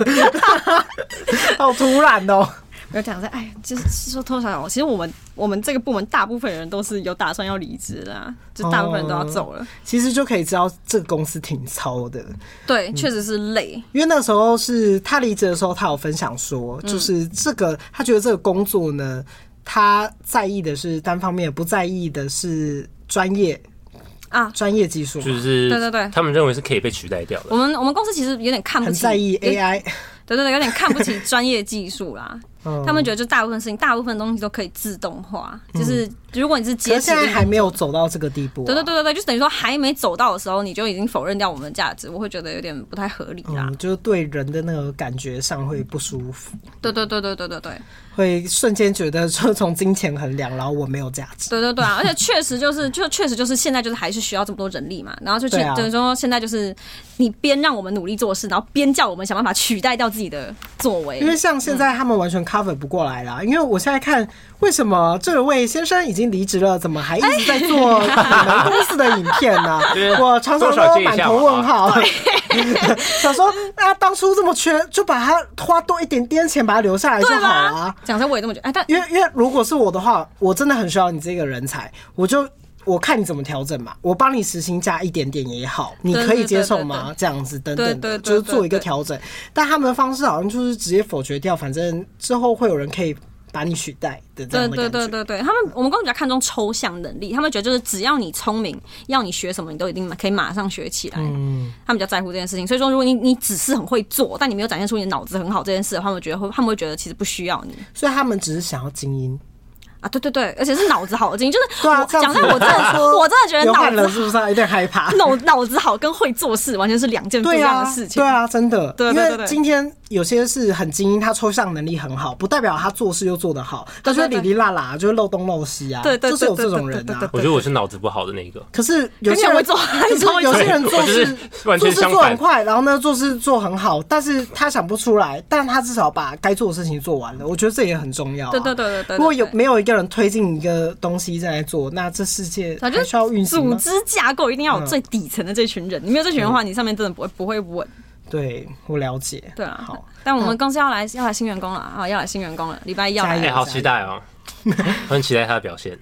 好突然哦！没有讲在，哎，就是是说偷想我，其实我们我们这个部门大部分人都是有打算要离职的、啊，就大部分人都哦要走了。其实就可以知道这个公司挺糙的，对，嗯确实是累。因为那时候是他离职的时候，他有分享说，就是这个他觉得这个工作呢，他在意的是单方面，不在意的是专业啊专业技术。就是对对对他们认为是可以被取代掉的我。们我们公司其实有点看不很起，在意有 AI，对对对，有点看 不起专业技术啦。嗯哦他们觉得就大部分事情，大部分东西都可以自动化，就是如果你是可接是起现来在还没有走到这个地步、啊。对对对对对，就是等于说还没走到的时候，你就已经否认掉我们的价值，我会觉得有点不太合理啦。嗯，就是对人的那个感觉上会不舒服，对对对对对对对。会瞬间觉得说从金钱衡量，然后我没有价值。 对对对啊！而且确实就是，就确实就是现在就是还是需要这么多人力嘛，然后就去对啊等于说现在就是你边让我们努力做事，然后边叫我们想办法取代掉自己的作为因。为像现在他们完全 cover 不过来啦，因为我现在看为什么这位先生已经离职了，怎么还一直在做你们公司的影片呢、对我常常多少都见一满下头嘛问号， 想说那当初这么缺，就把他花多一点点钱把他留下来就对好啊吧。？讲真，我也这么觉得。哎，但因为因为如果是我的话，我真的很需要你这个人才，我就我看你怎么调整嘛，我帮你实行加一点点也好，你可以接受吗？这样子等等对对的，对就是做一个对对调整。但他们的方式好像就是直接否决掉，反正之后会有人可以把你取代的这对样的对感对觉。对对，他们我们公司比较看重抽象能力，他们觉得就是只要你聪明，要你学什么，你都一定可以马上学起来。他们比较在乎这件事情，所以说如果你你只是很会做，但你没有展现出你的脑子很好这件事的话，他们觉得会他们会觉得其实不需要你。所以他们只是想要精英，啊，对对对，而且是脑子好的经营，就是 对啊我，这样讲子真，我真 的说，我真的觉得流脑汗了子是不是有点害 怕？脑脑子好跟会做事完全是两件不一对样啊的事，情。对啊，真的，对对对因为对今天有些是很精英，他抽象能力很好，不代表他做事又做得好，但是对对里对里啦啦就是漏东漏西啊，对对对就是有这种对对人对对啊对。我觉得我是脑子不好的那一个，可是有跟你些很会人做可是很会有做些人做我就事是完做全事相做很反。快，然后呢做事做很好，但是他想不出来，但他至少把该做的事情做完了，我觉得这也很重要啊。对对对对对对如果有对没有一个人推进一个东西再来做，那这世界反还正需要运行组吗？织架构一定要有最底层的这群嗯人，你没有这群人的话，你上面真的不会不会稳。对我了解。对啊好，，但我们公司要来要来新员工了啊，要来新员工了，礼拜一要加来油哎，好期待哦！我很期待他的表 现，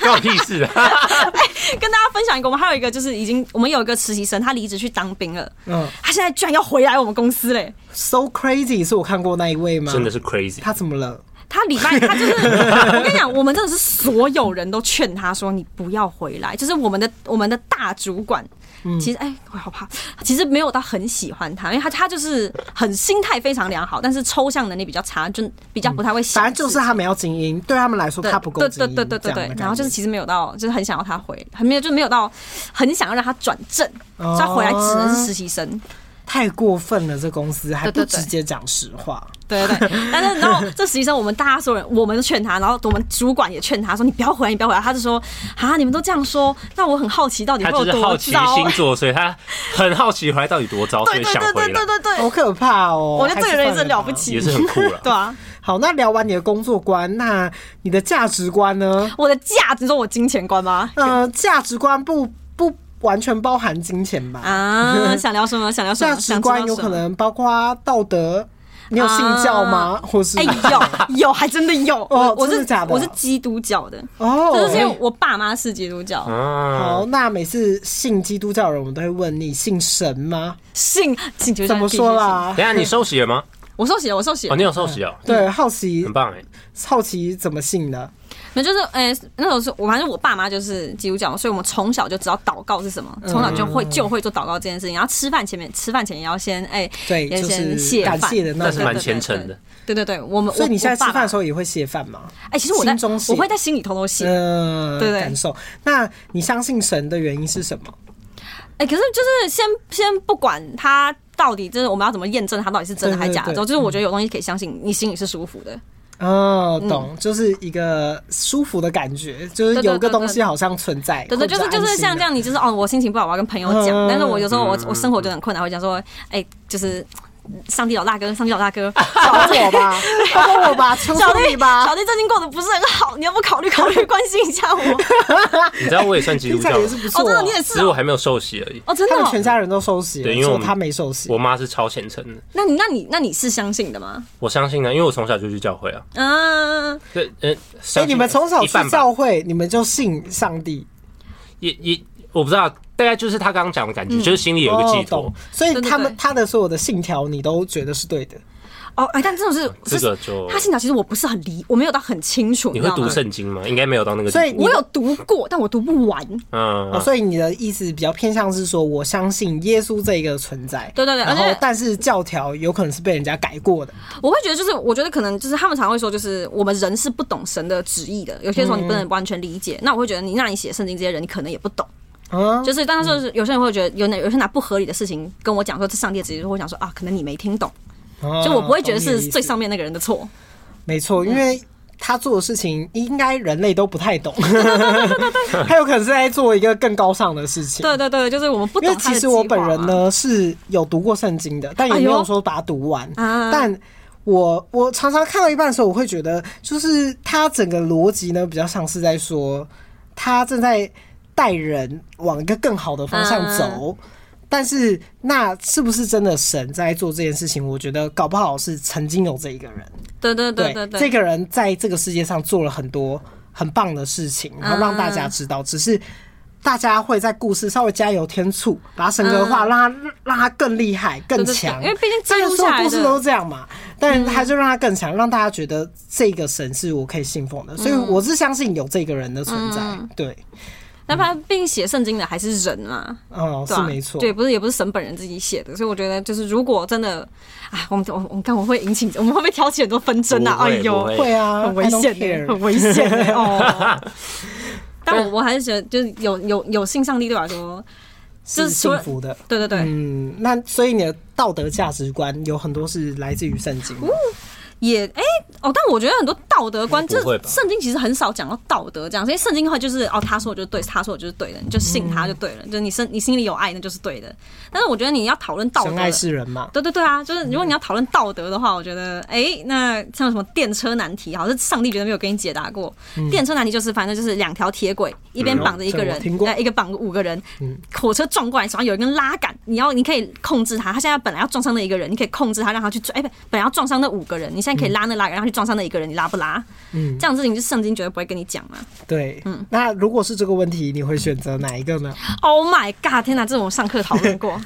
关我屁事啊！跟大家分享一个，我们还有一个就是已经我们有一个实习生，他离职去当兵了，嗯他现在居然要回来我们公司嘞。 ，So Crazy 是我看过那一位吗？真的是 crazy。他怎么了？他礼 拜他就是，我跟你讲，我们真的是所有人都劝他说你不要回来，就是我们的我们的大主管。嗯其实，哎、我好怕。其实没有到很喜欢他，因为他他就是很心态非常良好，但是抽象能力比较差，就比较不太会想反事情。正就是他们要精英，对他们来说对他不够对精对英。对对对这样的对感。觉然后就是其实没有到，就是很想要他回，很没有就是没有到很想要让他转正，所以他回来只能哦是实习生。太过分了，这公司还不对对对直接讲实话。对对对，但 是然后这实习生，我们大家所有人，我们都劝他，然后我们主管也劝他说：“你不要回来，你不要回来。”他就说：“啊，你们都这样说，那我很好奇到底他会有就是多 好奇糟 星。座，啊所以他很好奇回来到底多糟，”所对以对想对回来对对，对对，好可怕哦！我觉得这个人也还是算了不吧。起，也是很酷 对了。啊，好，那聊完你的工作观，那你嗯的价值观呢？我的价值，你说我金钱观吗？呃，价值观不不完全包含金钱吧？啊，想聊什么？想聊什 价么？值想知道观有什可么。能包括道德，你有信教吗？或是哎、有有，还真的有。哦我我真的是假的我是基督教的， 哦，嗯就是因为我爸妈是基督教，啊好，，那每次信基督教的人，我们都会问你信神吗？信信基督教。怎么说？啦？等一下你收息了吗？我受洗了，我受洗哦，了你。有受洗哦，对，嗯好奇很棒哎，好奇怎么信的？那就是，呃、那时候是我反正我爸妈就是基督教，所以我们从小就知道祷告是什么，从小就会嗯就会做祷告这件事情。然后吃饭前面，吃饭前也要先，哎、对，也就是先谢感饭。谢的那那是种。蛮虔诚的。对对对，我们所以你现在吃饭的时候，候也会谢饭吗？哎、其实我在心中谢我会在心里偷偷写，哎、嗯，对对感受。那你相信神的原因是什么？哎可是就是先先不管他到底真的，我们要怎么验证他到底是真的还是假的，对对对嗯之后就是我觉得有东西可以相信，你心里是舒服的。哦，懂，就是一个舒服的感觉，就是嗯对对有个对东对西好像存在，对对，或就者是就是安心像这的。样，你就是哦，我心情不好，我要跟朋友讲，嗯但是我有时候我嗯我生活就很困难，会讲说，哎、就是上帝老大哥，上帝老 大哥，帮我吧，帮我吧，求求小弟你吧小，弟最近过得不是很好，你要不考虑考虑关心一下 我？哦，你知道我也算基听督起来教也的，是不真错的啊。你也只是是我哦，还没有受洗而已。哦真的他们哦全。家人都受洗了，对因为只有我们他没受洗我。妈是超虔诚的，那你那你那你是相信的吗？我相信呢，因为我从小就去教会啊。嗯，对，嗯，哎，相你信们从小一半去吧教会，你们就信上帝，也也我不知道，大概就是他刚刚讲的感觉，就是心里有一个寄哦，托懂。。所以对对他们对他的所有的信条，你都觉得是对的。哦，哎，但这种是啊这个是就他信条，其实我不是很理，我没有到很清楚，你知会道读吗？圣经吗？应该没有到那个地所以步。你我有读过，但我读不完。嗯，哦，嗯所以你的意思比较偏向是说，我相信耶稣这一个存在。对对对然而后且，但是教条有可能是被人家改过的。我会觉得就是，我觉得可能就是他们常会说，就是我们人是不懂神的旨意的，有些时候你不能完全理解。那我会觉得你让你写圣经这些人，你可能也不懂。嗯，就是，但是就是有些人会觉得有哪有些拿不合理的事情跟我讲说，这上帝的旨意，我会想说啊，可能你没听懂，就就我不会觉得是最上嗯面那个人的错。啊没错，因为他做的事情应该人类都不太懂， 他有可能是在做一个更高尚的事情。对对对，就是我们不因为懂他其的实我计划本人嘛，呢是有读过圣经的，但也哎没呦有说把它读完。啊但我我常常看到一半的时候，我会觉得，就是它整个逻辑呢比较像是在说，他正在带人往一个更好的方向走。啊但是，那是不是真的神在做这件事情？我觉得搞不好是曾经有这一个人，对对对对对对，这个人在这个世界上做了很多很棒的事情，然后让大家知嗯道，只是大家会在故事稍微加油添醋，把它神格化，让他让他更厉害、更对嗯对强。因为毕竟记这录个所下有来故事都的是这样嘛，但他就让他更强，让大家觉得这个神是我可以信嗯奉的，所以我是相信有这个人的存在。对，那反正毕竟写圣经的还是人嘛，哦，嗯是对啊吧没错。对，不是也不是神本人自己写的，所以我觉得就是如果真的，哎，我们我我看我会引起，我们会不会挑起很多纷争啊？不哎会呦不，会会啊，很危 I don't 险欸 care 很危险欸哦。 但我我还是觉得，就是有有有信上帝对我来说， 就是是除幸了福的。对对对，嗯，那所以你的道德价值观有很多是来自于圣经吗。嗯也哎、哦，但我觉得很多道德观，不就是会吧圣经其实很少讲到道德这样，所以圣经的话就是哦，他说的就是对，他说的就是对的，你就信他就嗯对了，就是你身你心里有爱那就是对的。但是我觉得你要讨论道德相，爱是人嘛。对对对啊，就是如果你要讨论道德的话，我觉得嗯哎、那像什么电车难题，好像是上帝绝对没有给你解答过。嗯电车难题就是反正就是两条铁轨，一边绑着一个这我人嗯听，过嗯呃一个绑五个人，火车撞过来，手上有一根拉杆，你要你可以控制他，他现在本来要撞伤那一个人，你可以控制他让他去撞，哎、不，本来要撞伤那五个人，你现在可以拉那拉杆让他去撞伤那一个人，你拉不拉？嗯这样子你就圣经绝对不会跟你讲嘛。对，嗯那如果是这个问题，你会选择哪一个呢？ Oh my god！天哪，这种上课讨论 过，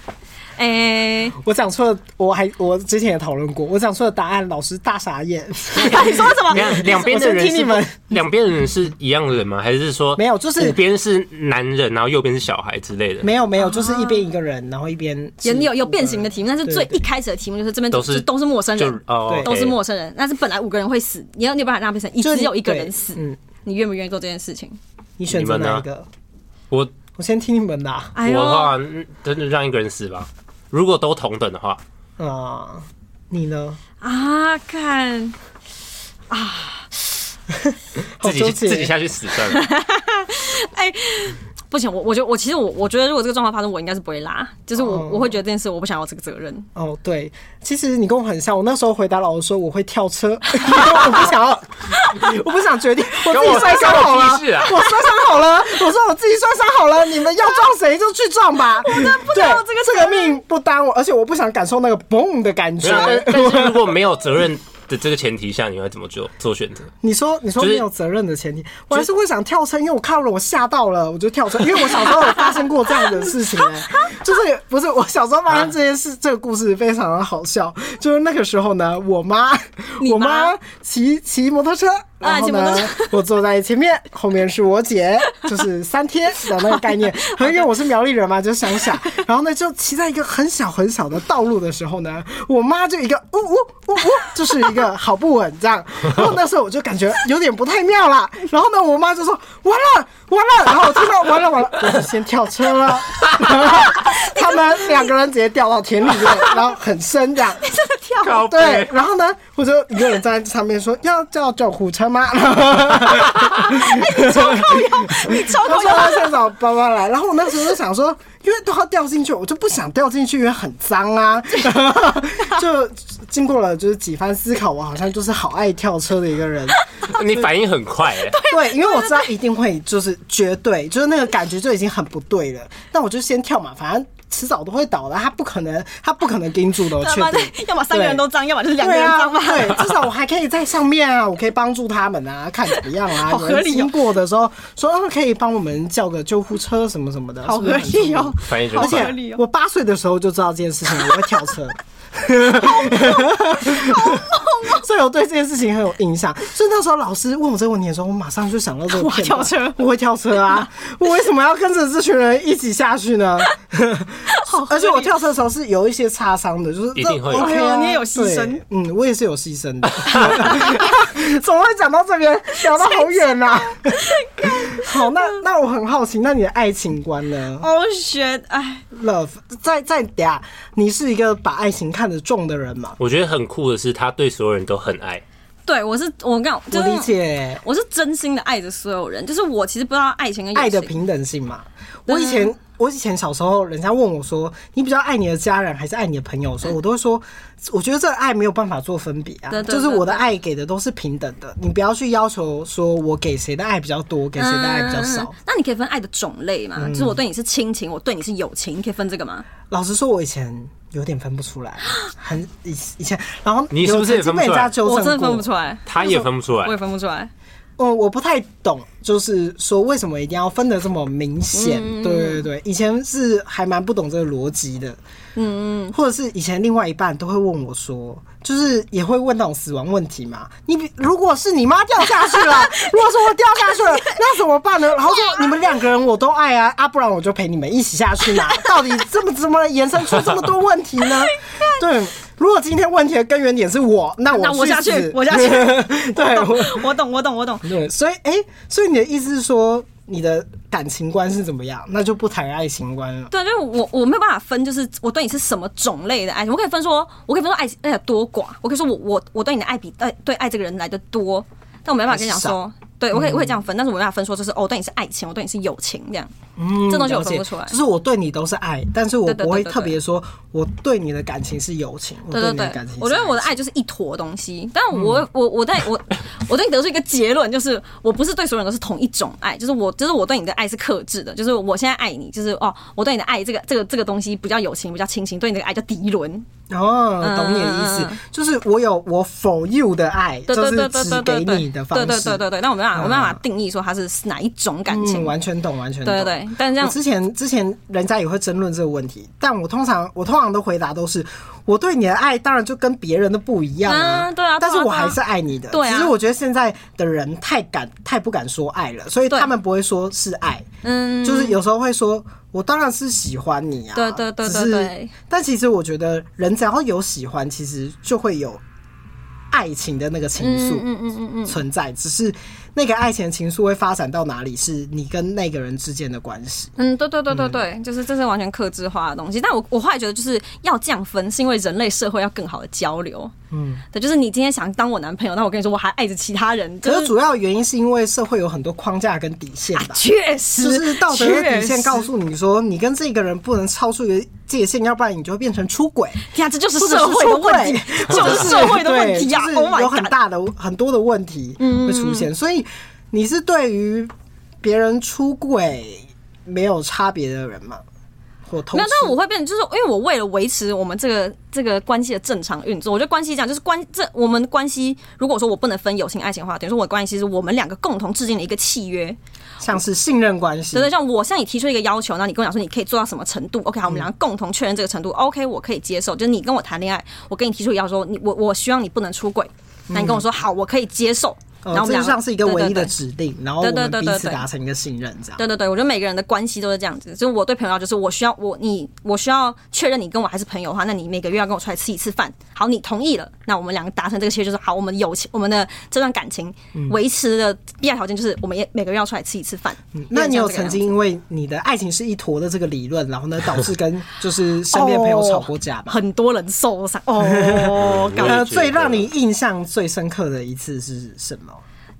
哎、我讲错了，我还我之前也讨论过，我讲错了答案，老师大傻眼。你说什 么？两两边我的先人听你是们， 两边的人是一样的人吗？还是说没有就是左边是男人，然后右边是小孩之类的？没有没有，就是一边一个人，然后一边有是啊有有五个变形的题目，但是嗯对最对一开始的题目就是这边都就是都是陌生就人，哦对，都是 OK 陌生人。但是本来五个人会死，你要你有办法让他变成一就是只有一个对人死，嗯，你愿不愿意做这件事情？你选择你们呢哪一个？我我先听你们的啊哎我的呦，话，嗯真的让一个人死吧。如果都同等的话，，啊你呢？啊，看好自己纠去结，自己下去死算 了。不行，我我觉得我其实我我觉得如果这个状况发生，我应该是不会拉，就是我、哦我会觉得这件事我不想要这个责任。哦，对，其实你跟我很像。我那时候回答老师说我会跳车， 因为我不想要，我不想决定，我自己摔伤好关了，我屁事啊我摔伤好了，我说我自己摔伤好了，你们要撞谁就去撞吧。我真不担我这个这个命不担我，而且我不想感受那个嘣的感没觉有。但但是如果没有责任的这个前提下，你会怎么做做选择？ 你说你说就是没有责任的前提，我还是会想跳车，因为我看到了我吓到了，我就跳车，因为我小时候有发生过这样的事情、 哎就是不是我小时候发生这件啊事，这个故事非常的好笑，就是那个时候呢，我妈你我妈啊妈骑骑摩托车。然后骑摩呢托车，我坐在前面，后面是我姐，就是三天的那个概念。可能因为我是苗栗人嘛，就乡下。然后呢，就骑在一个很小很小的道路的时候呢，我妈就一个呜呜呜呜，就是一个好不稳这样。然后那时候我就感觉有点不太妙啦。然后呢，我妈就说完了完了，然后我听到完了完了，我就先跳车了。然后他们两个人直接掉到田里面，然后很深这样。真的跳。靠背对，然后呢，我就一个人站在上面说要叫救护车吗？哎你超他过说他想找爸爸来，然后我那时候就想说，因为都要掉进去，我就不想掉进去，因为很脏啊。就经过了就是几番思考，我好像就是好爱跳车的一个人。你反应很快、欸，对，因为我知道一定会就是绝对，就是那个感觉就已经很不对了。那我就先跳嘛，反正迟早都会倒的，他不可能，他不可能盯住的，我他确妈的定。，啊要么三个人都脏，要么就是两个对人啊 脏，嘛。对，至少我还可以在上面啊，我可以帮助他们啊，看怎么样啊。 好合理哦有人经过的时候说，啊可以帮我们叫个救护车什么什么的，好是不合是很重理要 哦。反应就而很快。且我八岁的时候就知道这件事情，我会跳车。所以我对这件事情很有印象。所以那时候老师问我这个问题的时候，我马上就想到这个我片跳段。车我会跳车 啊！我为什么要跟着这群人一起下去呢？而且我跳车的时候是有一些擦伤的，就是一定会有 OK 哎啊呦你也有牺牲对嗯，我也是有牺牲的。 怎么会讲到这边，聊到好远啊？好，那那我很好奇，那你的爱情观呢？哦，学，哎， love，再再等下，你是一个把爱情看得重的人嘛？我觉得很酷的是，他对所有人都很爱。对我是我跟你讲我就是理解我是真心的爱着所有人，就是我其实不知道爱情跟友爱的情平等性嘛。我以前我以前小时候，人家问我说你比较爱你的家人还是爱你的朋友的嗯时候，我都会说，我觉得这个爱没有办法做分别啊，对对就是我的对对爱给的都是平等的，你不要去要求说我给谁的爱比较多，给谁的爱比较少。嗯嗯那你可以分爱的种类嘛？就是我对你是亲情，我对你是友情，你可以分这个吗？老实说，我以前。有点分不出来，很以以前，然后你是不是也分不有曾经被人出来家纠正我真的过分不出来，他也分不出来。我也分不出来。嗯，我不太懂，就是说为什么一定要分得这么明显？嗯对对对，以前是还蛮不懂这个逻辑的。嗯嗯，或者是以前另外一半都会问我说，就是也会问那种死亡问题嘛。你比如果是你妈掉下去 了，如果是我掉下去了，那怎么办呢？然后说你们两个人我都爱啊，啊，不然我就陪你们一起下去 嘛。到底怎么怎么延伸出这么多问题呢？Oh 对。如果今天问题的根源点是我，那我那我下去死我下去 对，哎我 我懂，我懂，我懂。对，所以哎、诶所以你的意思是说，你的感情观是怎么样？那就不谈爱情观了。对，就是我我没有办法分，就是我对你是什么种类的爱情，我可以分说，我可以分说爱情爱有多寡，我可以说我我我对你的爱比对对爱这个人来的多，但我没办法跟你讲说，对我可以我可以这样分，但是我没办法分说就是哦，我对你是爱情，我对你是友情这样，嗯这东西我了解分不出来就是我对你都是爱，但是我对对对不会对对特别说我对你的感情是友情，我对对对你的感对情，是嗯我觉得我的爱就是一坨东西，但我、我我在我我对你得出一个结论，就是我不是对所有人都是同一种爱，就是我就是我对你的爱是克制的，就是我现在爱你，就是哦，我对你的爱这个这个这个东西不叫友情，不叫亲情，对你的爱叫敌伦，哦，懂你的意思，嗯嗯嗯就是我有我 for you 的爱，对对对就对是对只对给对，你的方式，对对对对对，但我没办法，我没办法嗯定义说它是哪一种感嗯，情，完全懂，完全懂。对对对，但是这我样之前之前人家也会争论这个问题，但我通常我通常的回答都是，我对你的爱当然就跟别人的不一样啊对啊对啊但是我对啊还是爱你的。对啊只是我觉得现在的人太敢太不敢说爱了，所以对他们不会说是爱，嗯，就是有时候会说。我当然是喜欢你啊，对对对对只是对但其实我觉得人只要有喜欢，其实就会有爱情的那个情愫。嗯嗯嗯嗯嗯，存在，只是那个爱情的情愫会发展到哪里，是你跟那个人之间的关系。嗯，对对对对对，就是这是完全克制化的东西。但我我后来觉得，就是要这样分，是因为人类社会要更好的交流。嗯，对，就是你今天想当我男朋友，那我跟你说，我还爱着其他人，可就是啊主要原因是因为社会有很多框架跟底线吧，确实就是道德的底线告确实诉你说，你跟这个人不能超出一个界限，要不然你就会变成出轨，天啊，这就是或者社会的出 问轨题，，这就是社会的问题呀、对 o 就是 h 有很 my god！嗯大的很多的问题会出现，所以你是对于别人出轨没有差别的人吗？或偷没有，但是吃我会变成就是因为我为了维持我们这个这个关系的正常运作，我觉得关系这样就是关这我们关系，如果说我不能分友情爱情的话，等于说我的关系是我们两个共同制定的一个契约，像是信任关系对，对，像我向你提出一个要求，然后你跟我讲说你可以做到什么程度，OK，好，我们嗯两个共同确认这个程度，OK，我可以接受。就是你跟我谈恋爱，我跟你提出一个要求，你我我希望你不能出轨，那你跟我说好，我可以接受，然后哦，我这们就两个像是一个对对唯一的对指定，然后我对们对彼对此对达成一个信任，这样。对对对，我觉得每个人的关系都是这样子。就是我对朋友要就是我需要我你我需要确认你跟我还是朋友的话，那你每个月要跟我出来吃一次饭。好，你同意了，那我们两个达成这个契约就是好，我们友情我们的这段感情维持的必要条件就是我们也每个月要出来吃一次饭。嗯那你有点像这个曾样经子？因为你的爱情是一坨的这个理论，然后呢导致跟就是身边朋友吵过架哦吗？很多人受伤 哦我也呃，觉得最让你印象最深刻的一次是什么？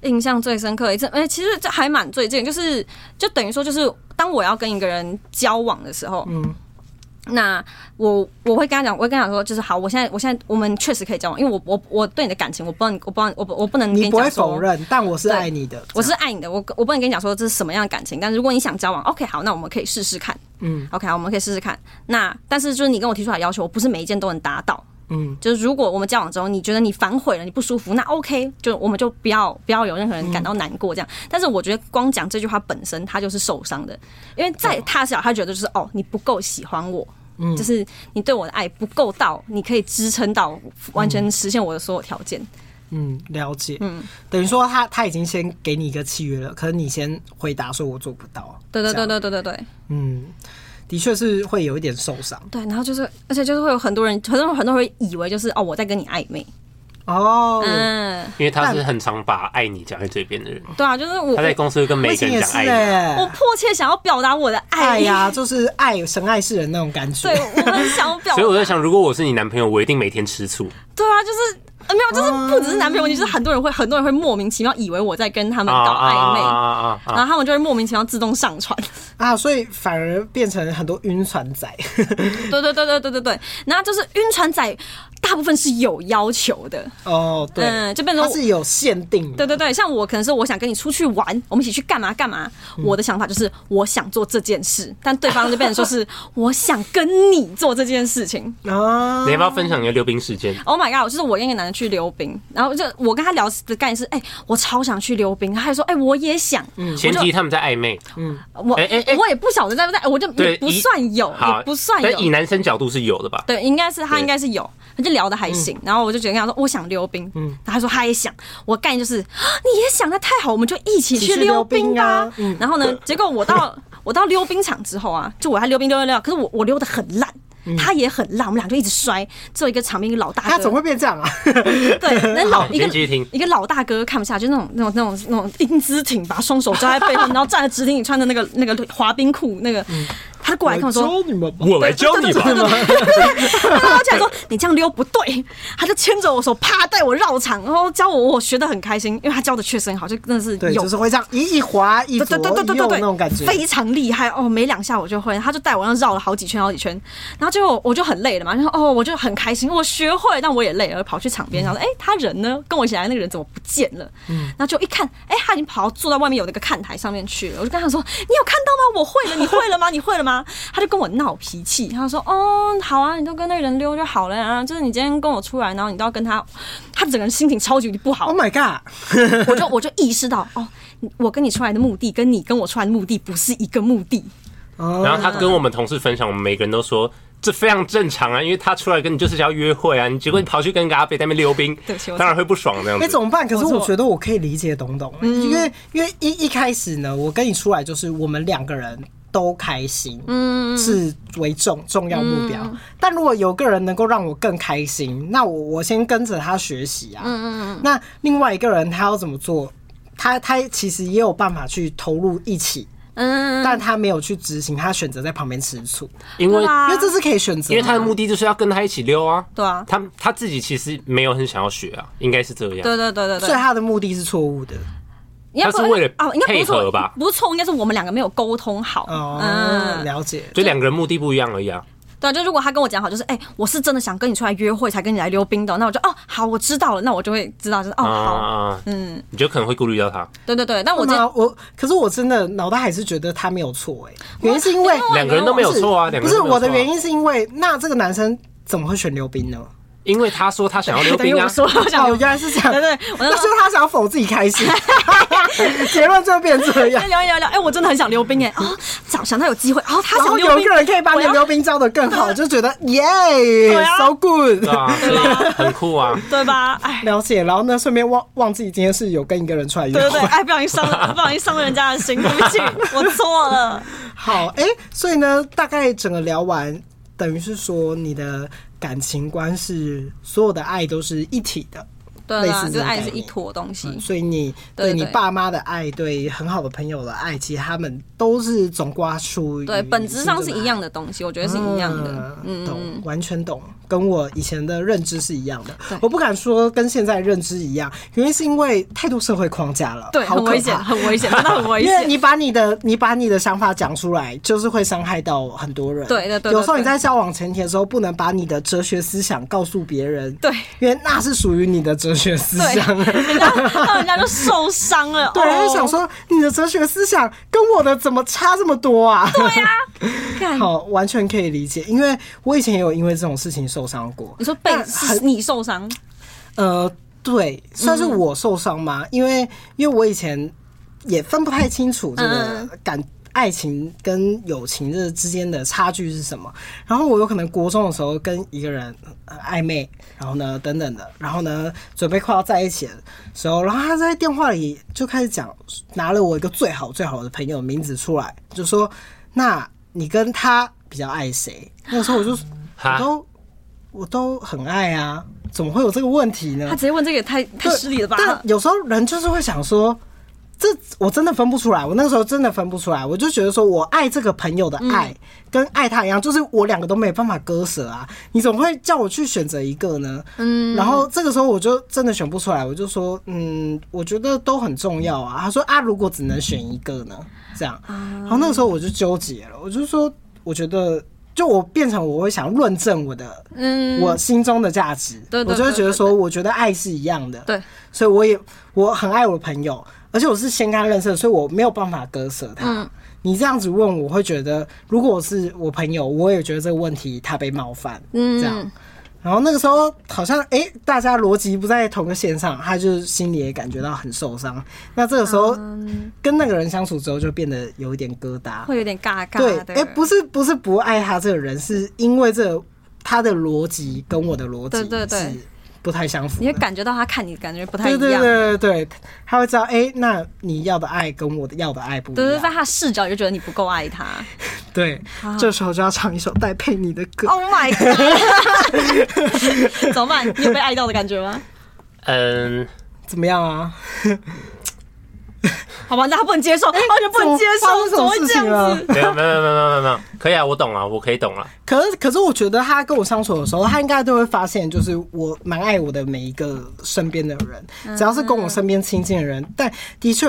印象最深刻一次，哎、其实这还蛮最近，就是就等于说，就是当我要跟一个人交往的时候，嗯，那我我会跟他讲，我会跟他讲说，就是好，我现在我现在我们确实可以交往，因为我我我对你的感情，我不能我不能我不我不能跟你不讲会说否认，但我是爱你的。我是爱你的，我我不能跟你讲说这是什么样的感情，但是如果你想交往，OK，好，那我们可以试试看，嗯嗯，OK，好，我们可以试试看。那但是就是你跟我提出来的要求，我不是每一件都能达到，嗯嗯，就是如果我们交往之后，你觉得你反悔了，你不舒服，那 OK，就我们就不要不要有任何人感到难过这样。但是我觉得光讲这句话本身，他就是受伤的，因为在他小，他觉得就是哦，你不够喜欢我。就是你对我的爱不够到，你可以支撑到完全实现我的所有条件。嗯，了解。嗯，等于说他他已经先给你一个契约了，可是你先回答说我做不到。对对这对样，对对对对。嗯，的确是会有一点受伤。对，然后就是，而且就是会有很多人，很多人很多人会以为就是哦，我在跟你暧昧。哦，嗯，因为他是很常把爱你讲在嘴边的人，对啊，就是我他在公司会跟我每以个前人也讲是爱你。啊哎、我迫切想要表达我的哦爱爱哎呀、，就是爱神爱世人那种感觉。对，我很想要表达。所以我在想，如果我是你男朋友，我一定每天吃醋。对啊，就是呃没有，就是不只是男朋友问题，就是很多人会很多人会莫名其妙以为我在跟他们搞暧昧，嗯啊啊然！后他们就会莫名其妙自动上传。 啊，所以反而变成很多晕船仔。对对对对对对对，然后就是晕船仔大部分是有要求的。哦，对，嗯就变成它是有限定的，对对对，像我可能是我想跟你出去玩，我们一起去干嘛干嘛。嗯我的想法就是我想做这件事，但对方就变成说 是我想跟你做这件事情。啊你，要不要分享你的溜冰事件？ Oh my god！就是我跟一个男的去溜冰，然后就我跟他聊的概念是，哎、我超想去溜冰，他还说，哎、我也想。嗯，前提他们在暧昧，我哎哎哎我也不晓得在不在，我就对，也不以算有，好也不算有但以。男生角度是有的吧？对，应该是他对应该是有，他就聊的还行。然后我就觉得跟他说我想溜冰，嗯，他说他也想，我概念就是啊你也想，那太好，我们就一起一起去去溜溜冰冰吧啊。嗯然后呢，结果我到我到溜冰场之后啊，就我还溜冰溜溜溜，可是我我溜的很烂。他也很烂，我们俩就一直摔，只有一个场边一个老大哥，它怎么会变这样啊？对，那老一你个先继续听一个老大哥看不下去，那种那种那种那种英姿挺拔，双手交在背后，然后站得直挺挺，穿着那个那个滑冰裤，那个他过来跟我说。教你们吧，我来教你吧。他拉起来说：“你这样溜不对。”他就牵着我手，啪带我绕场，然后教我，我学的很开心，因为他教的确实很好，就真的是对，有就是会这样一一滑一对左对对对一对右那对对，种感觉。非常厉害哦！没两下我就会，他就带我那绕了好几圈好几圈，然后最后我就很累了嘛，然后哦我就很开心，我学会，但我也累了，跑去场边想说，嗯哎、他人呢？跟我一起来那个人怎么不见了？然后就一看，哎、他已经跑到坐到外面有那个看台上面去了，我就跟他说，你有看到吗？我会了，你会了吗？你会了吗？他就跟我闹脾气，他说，哦好啊，你都跟那个人溜就好了啊，就是你今天跟我出来，然后你都要跟他，他整个人心情超级不好 Oh，my Oh god！我就我就意识到，哦，你我跟你出来的目的跟你跟我出来的目的不是一个目的。哦，然后他跟我们同事分享，我们每个人都说这非常正常啊，因为他出来跟你就是要约会啊，你结果你跑去跟个阿贝在那边溜冰对不起，我当然会不爽这样哎，怎子。么办？可是我我错觉得我可以理解懂懂，因为因为一一开始呢，我跟你出来就是我们两个人。都开心，嗯，是为重重要目标。但如果有个人能够让我更开心，那我我先跟着他学习啊。嗯嗯。那另外一个人他要怎么做？他他其实也有办法去投入一起，嗯，但他没有去执行，他选择在旁边吃醋，因为对啊因为这是可以选择的。因为他的目的就是要跟他一起溜啊。对啊他他自己其实没有很想要学啊，应该是这样。对对对对所以对，他的目的是错误的。应该不他是为了哦，应该不是配合错吧不是错，应该是我们两个没有沟通好。哦，嗯，了解。就两个人目的不一样而已啊。对啊，就如果他跟我讲好，就是哎、我是真的想跟你出来约会，才跟你来溜冰的，那我就哦好，我知道了，那我就会知道，就是哦啊好，啊，嗯，你就可能会顾虑到他，对对对，但我我这我，可是我真的脑袋还是觉得他没有错哎、原因是因为我两个人都没有错啊，两不个人是都没有错啊我的原，因是因为那这个男生怎么会选溜冰呢？因为他说他想要溜等于冰啊我，说我想哦，溜原来是这样，对对我那时那候就是他想要否自己开 心，结论就变这样哎，。聊一聊一聊，哎，我真的很想溜冰哎，啊，想想到有机会，啊，他然想后溜有冰一个人可以把你我要的溜冰教的更好，就觉得耶啊，so good 对。 啊，所以很酷啊。对吧？哎，了解，然后呢，顺便忘忘记今天是有跟一个人出来约对对会 对，。哎，不小心伤了，不小心伤了人家的心，对不起，我错了。好，哎、所以呢，大概整个聊完，等于是说你的感情观是所有的爱都是一体的，对类啦，似就是这种爱概是一念嗯坨东西。所以你对对你嗯对爸妈的爱，对很好的朋友的爱，其实他们都是总刮出于对，本质上是一样的。的东西，我觉得是一样的。嗯，嗯，懂，完全懂，跟我以前的认知是一样的对。我不敢说跟现在认知一样，原因是因为太多社会框架了，对，好很可危险，怕很危险，真 的很危因为险。你把你的你把你的想法讲出来，就是会伤害到很多人。对对对对有时候你在交往前提的时候，不能把你的哲学思想告诉别人。对，因为那是属于你的哲学思想。 人家让人家就受伤了。 对，他哦就想，说你的哲学思想跟我的怎么差这么多啊？对呀、干 好，完全可以理解，因为我以前也有因为这种事情受伤过。你说被但很是你受伤，呃，对，算是我受伤吗？嗯因为因为我以前也分不太清楚这嗯个感。爱情跟友情这之间的差距是什么？然后我有可能国中的时候跟一个人呃暧昧，然后呢等等的，然后呢准备快要在一起的时候，然后他在电话里就开始讲，拿了我一个最好最好的朋友的名字出来，就说：“那你跟他比较爱谁？”那时候我就哈我都我都很爱啊，怎么会有这个问题呢他？直接问这个也太太嗯对失礼了吧？但有时候人就是会想说，这我真的分不出来。我那时候真的分不出来，我就觉得说我爱这个朋友的爱、嗯跟爱他一样，就是我两个都没办法割舍啊。你怎么会叫我去选择一个呢？嗯，然后这个时候我就真的选不出来，我就说，嗯，我觉得都很重要啊。他说啊，如果只能选一个呢？这样，啊然后那个时候我就纠结了，我就说，我觉得。就我变成我会想论证我的，嗯我心中的价值，对对我就会对觉得对说，我觉得爱是一样的，对，所以我也我很爱我的朋友，而且我是先跟他认识的，所以我没有办法割舍他。嗯你这样子问，我会觉得，如果我是我朋友，我也觉得这个问题他被冒犯，嗯这样。然后那个时候好像哎、诶大家逻辑不在同个线上，他就是心里也感觉到很受伤。那这个时候、哦跟那个人相处之后，就变得有一点疙瘩。会有点尬尬对，的。哎、不是不是不爱他这个人，是因为这个他的逻辑跟我的逻辑对对对是不太相符的。你会感觉到他看你感觉不太一对样。对对对对，他会知道，哎、那你要的爱跟我的要的爱不一对对，在样。他的视角你就觉得你不够爱他。对，这时候就要唱一首戴佩妮的歌。 Oh my god！怎么办？你有被爱到的感觉吗？嗯，怎么样啊？好吧，那他不能接受，完全不能接受，哎怎怎么么会发生什么这事情样了子？没有没有没有没有没有没有，可以啊，我懂了，我可以懂了。可是可是，我觉得他跟我相处的时候，他应该都会发现，就是我蛮爱我的每一个身边的人，只要是跟我身边亲近的人。但的确，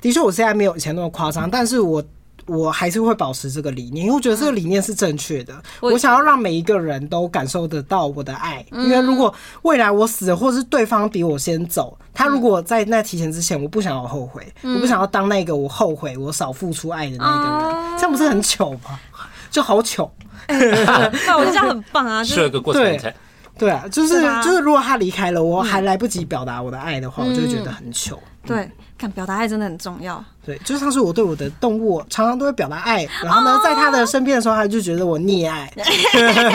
的确，我现在没有以前那么夸张，但是我。我还是会保持这个理念，因为我觉得这个理念是正确的。我也我想要让每一个人都感受得到我的爱，因为如果未来我死了，或是对方比我先走，他如果在那提前之前，我不想要后悔，我不想要当那个我后悔我少付出爱的那个人，这样不是很糗吗？就好糗。对，我觉得这样很棒啊！就是有一是个过程对才对啊，就是对吧嗯就是，如果他离开了，我还来不及表达我的爱的话，我就会觉得很糗。对，看表达爱真的很重要。对，就像是我对我的动物，常常都会表达爱，然后啊呢，在他的身边的时候，他就觉得我溺 爱。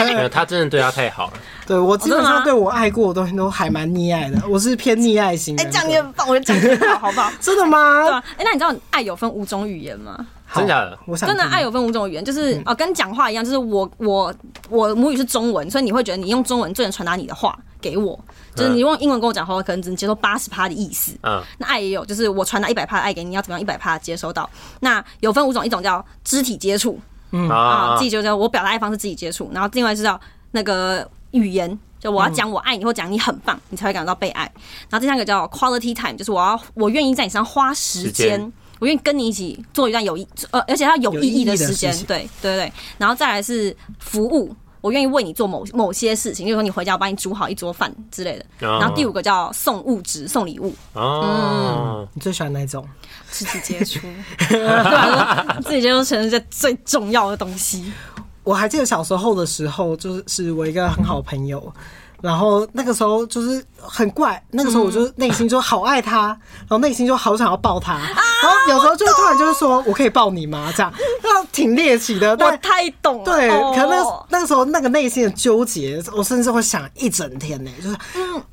没有，他真的对他太好了。对我基本真的吗上对我爱过的东西都还蛮溺爱的，我是偏溺爱型哎，人格。这样你很棒，我就这样你好，好不 好？真的对吗？吧？哎，那你知道爱有分五种语言 吗？好真假的我想真的听爱有分五种语言，就是哦，跟讲话一样，就是我我我母语是中文，所以你会觉得你用中文最能传达你的话给我，就是你用英文跟我讲话，我可能只能接受八十趴的意思。嗯，那爱也有，就是我传达一百趴的爱给你，你要怎么样一百趴接收到？那有分五种，一种叫肢体接触嗯啊，啊自己就是我表达爱方式自己接触，然后另外是叫那个语言，就我要讲我爱你或讲你很棒，你才会感到被爱。然后第三个叫 quality time，就是我要我愿意在你身上花时时间间。我愿意跟你一起做一段有意，呃，而且要有意义的时间有意义的事，情对对对。然后再来是服务，我愿意为你做某某些事情，例如说你回家我帮你煮好一桌饭之类的。哦然后第五嗯个叫送物质，送礼物，哦，你最喜欢哪一种？肢体接触， 对吧？就是肢体接触才是最最重要的东西。我还记得小时候的时候，就是是我一个很好的朋友，然后那个时候就是很怪，那个时候我就内心就好爱他，然后内心就好想要抱他，然后有时候就会突然就是说我可以抱你吗？这样，那挺猎奇的，我但。太懂了，对，哦可能那个那个时候那个内心的纠结，我甚至会想一整天呢、就是、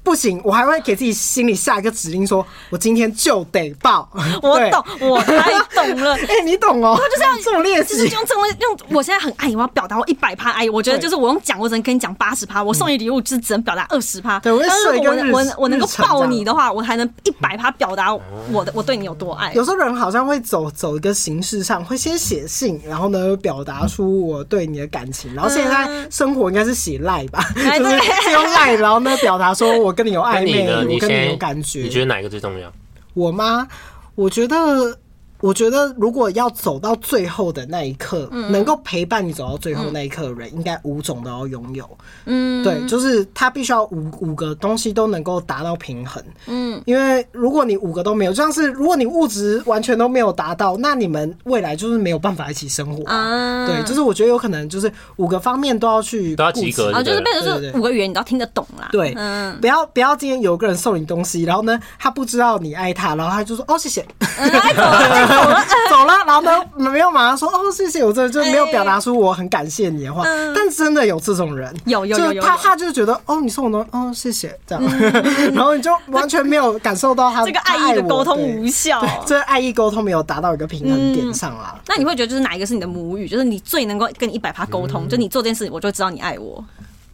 不行，我还会给自己心里下一个指令说，我今天就得抱。我对懂，，我太懂 了。 哎、你懂哦、就是要这种练就是习，用这种用。我现在很爱你，我要表达我一百趴爱你。我觉得对嗯就是我用讲，我只能跟你讲八十趴。我送你礼物，就是只能表达二十趴。对我会但是设一如个果我能日我能我能够日程这抱样嗯你的话，我还能一百趴表达我的我对你有多爱。有时候人好像会走走一个形式上，会先写信，然后呢表达出我对你的感情，然后现在生活应该是写赖吧，嗯哎就是对是用赖，然后呢表达说我跟你有那暧你昧，呢？我你跟你有先，感觉。你觉得哪一个最重要？我吗？我觉得，我觉得如果要走到最后的那一刻，嗯能够陪伴你走到最后那一刻的人，应该五种都要拥有。嗯，对，就是他必须要五五个东西都能够达到平衡。嗯，因为如果你五个都没有，就像是如果你物质完全都没有达到，那你们未来就是没有办法一起生活、啊对，就是我觉得有可能就是五个方面都要去啊都要顾及及格然后哦就是变对成对是对五个语言，你都要听得懂啦。对，嗯，不要不要今天有个人送你东西，然后呢，他不知道你爱他，然后他就说哦谢谢，嗯哎走 了走了，然后呢没有马上说哦谢谢，我真的就没哎有表达出我很感谢你的话，但真的有这种人，嗯有有有就是有他有他就觉得哦你送我东西，哦谢谢这样， 然后你就完全没有感受到他这个他爱意的我沟通对无效。嗯对，这爱意沟通没有达到一个平衡点上啦。那你会觉得就是哪一个是你的母语？就是你最能够跟你一百趴沟嗯通，就你做这件事，我就会知道你爱我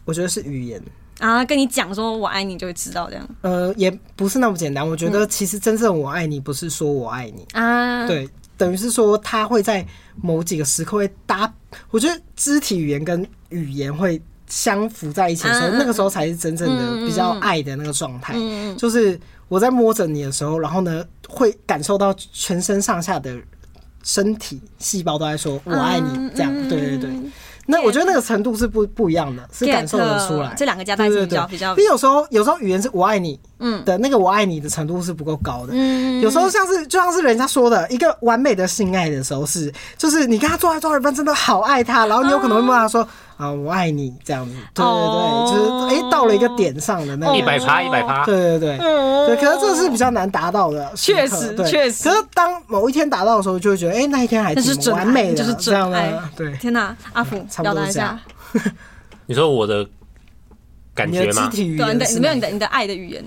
我觉得是语言。啊，跟你讲说我爱你，就会知道这样呃，也不是那么简单。我觉嗯得其实真正我爱你，不是说我爱你，啊。，对，等于是说他会在某几个时刻会搭，我觉得肢体语言跟语言会相符在一起的时候，嗯嗯那个时候才是真正的比较爱的那个状态。就是我在摸着你的时候，然后呢，会感受到全身上下的身体细胞都在说“我爱你”这嗯样。对对对。那我觉得那个程度是不不一样的，是 Get 呃感受得出来。这两个加在一起比较对对对比较因为有时候有时候语言是我爱你，嗯的那个我爱你的程度是不够高的。嗯有时候像是就像是人家说的，一个完美的性爱的时候是，就是你跟他做爱做到一半真的好爱他，然后你有可能会问他说啊我爱你这样子。对对对，哦就是哎到了一个点上的那个一百趴，一百趴，对对对，对，可是这是比较难达到的时刻，嗯确实对确实可是当某一天达到的时候，就会觉得，哎、那一天还那是挺真完美爱，的，就是这样真爱的。。对，天哪，阿福差不表多达是一这样下，你说我的感你的觉肢吗？体语对啊，你言的是没有哪你的你的爱的语言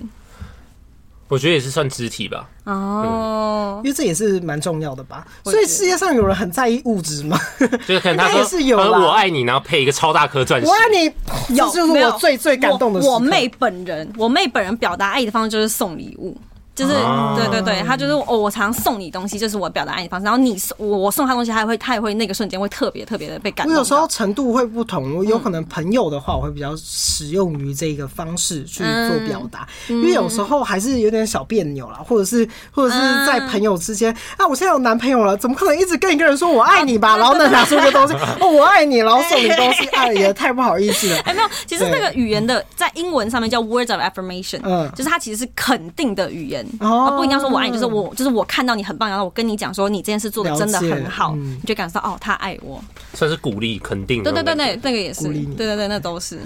我觉得也是算肢体吧。哦因。为这也是蛮重要的吧。我所以觉得世界上有人很在意物质吗？就是可能他应该说也是有他说啦我爱你，然后配一个超大颗钻石我。爱你，有，这就是没我有最最感动的时刻我。我妹本人，我妹本人表达爱意的方式就是送礼物，就是、啊哦对对对，她就是哦，我常送你东西，就是我表达爱意的方式。然后你送我我送她东西，她也会她也会那个瞬间会特别特别的被感我动到。有时候程度会不同，嗯我有可能朋友的话，我会比较使用于这个方式去做表达，嗯因为有时候还是有点小别扭啦，或者是或者是嗯在朋友之间啊，我现在有男朋友了，怎么可能一直跟一个人说我爱你 吧，然后呢拿出一个东西，哦我爱你，然后送你东西，哎也太不好意思了。哎，没有，其实对那个语言的在英文上面叫 words of affirmation，嗯就是它其实是肯定的语言，哦它不一定要说我爱你，就是我就是我看到你很棒，然后我跟你讲说你这件事做的真的很好，了解嗯你就感受到哦，他爱我，算是鼓励肯定的那对对种感觉。对对，那个也是，鼓励对你对对，那都是。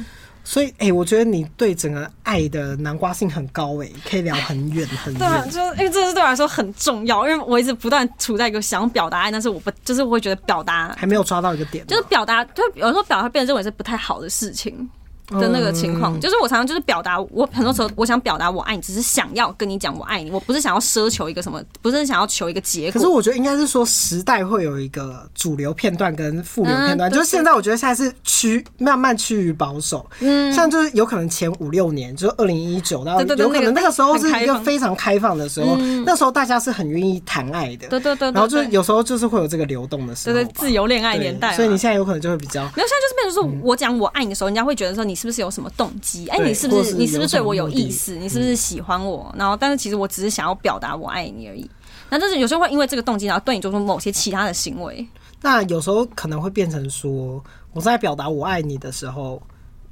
所以哎、我觉得你对整个爱的南瓜性很高哎、可以聊很远很对啊，远。就是因为这是对我来说很重要，因为我一直不断处在一个想表达爱，但是我不就是我会觉得表达还没有抓到一个点吗，哦就是表达，就有时候表达会变得认为是不太好的事情。的那个情嗯况，就是我常常就是表达，我很多时候我想表达我爱你，只是想要跟你讲我爱你，我不是想要奢求一个什么，不是想要求一个结可是果。我觉得应该是说时代会有一个主流片段跟副流片段，嗯就是现在我觉得现在是趋慢慢趋于保守，嗯，像就是有可能前五六年，就是二零一九到对对对有可能那那个个时候是一很开个放嗯非常开放的时候，那时候大家是很愿意谈爱的，对对对对然后就是对有时候就是会有这个流动的时对候吧，对，自由恋爱对年代嘛，所以你现在有可能就会比较没有，现在就是变成说，我讲我爱你的时候，人家会觉得说你你是不是有什么动机？哎，对你是或不是是有你是不是对什么我有目的嗯意思？你是不是喜欢我？然后，但是其实我只是想要表达我爱你而已。那但是有时候会因为这个动机，然后对你做出某些其他的行为。那有时候可能会变成说，我在表达我爱你的时候，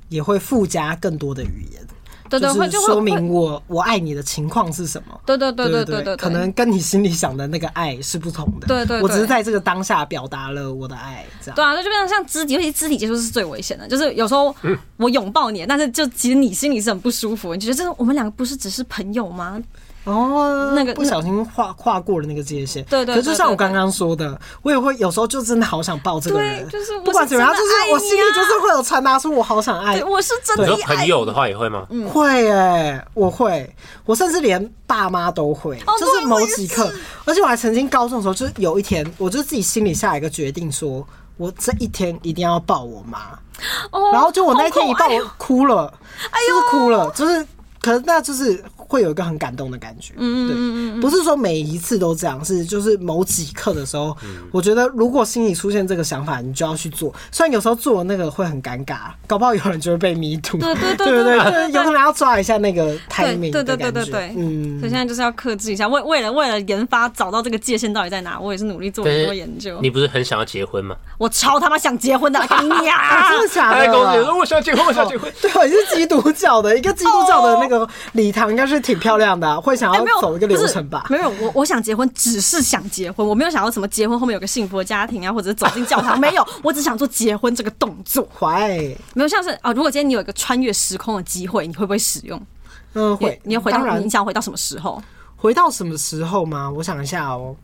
也会附加更多的语言，对对，会就就是说会会明我我爱你的情况是什么。对对对对对对对，可能跟你心里想的那个爱是不同的。对对对我只是在这个当下表达了我的爱，这样。对啊，那就变成像肢体，尤其肢体接触是最危险的。就是有时候我拥抱你，但是就其实你心里是很不舒服，你就觉得这我们两个不是只是朋友吗？哦，那个不小心跨跨过了那个界限。对对对可是就像我对对刚刚说的，我也会有时候就真的好想抱这个人，对就是我不管是怎么样，就真的爱是你我心里啊就是会有传达出我好想爱对，。我是真你的说爱朋友的话也会吗？嗯会哎、我会，我甚至连爸妈都会，哦就对是某我也几是刻，而且我还曾经高中的时候，就是有一天，我就自己心里下一个决定说我这一天一定要抱我妈。哦然后就我那一天一抱，好可爱哦哎我哭了，就是哭了，就是，可是那就是会有一个很感动的感觉，嗯，对，不是说每一次都这样，是就是某几刻的时候，我觉得如果心里出现这个想法，你就要去做，虽然有时候做那个会很尴尬，搞不好有人就会被迷途，对 对对对对对，就是对有可能要抓一下那个对 timing 的对对感对对觉对，嗯所以现，在就是要克制一下，为为了为了研发找到这个界限到底在哪，我也是努力做但很是多研究。你不是很想要结婚吗？我超他妈想结 婚的，跟你啊啊！真的假他在哦哎公司里的说？我想结婚，我想结婚。对，我是基督教的，一个基督教的那个礼堂应该是挺漂亮的啊、会想哦哎要没有走一个流程吧不？是没有，我我想结婚，只是想结婚，我没有想要什么结婚后面有个幸福的家庭啊，或者是走进教 堂，没有，我只想做结婚这个动作。怀，没有像是啊、如果今天你有一个穿越时空的机会，你会不会使用？嗯，你会，你要回当到然你想回到什么时候？回到什么时候吗？我想一下哦，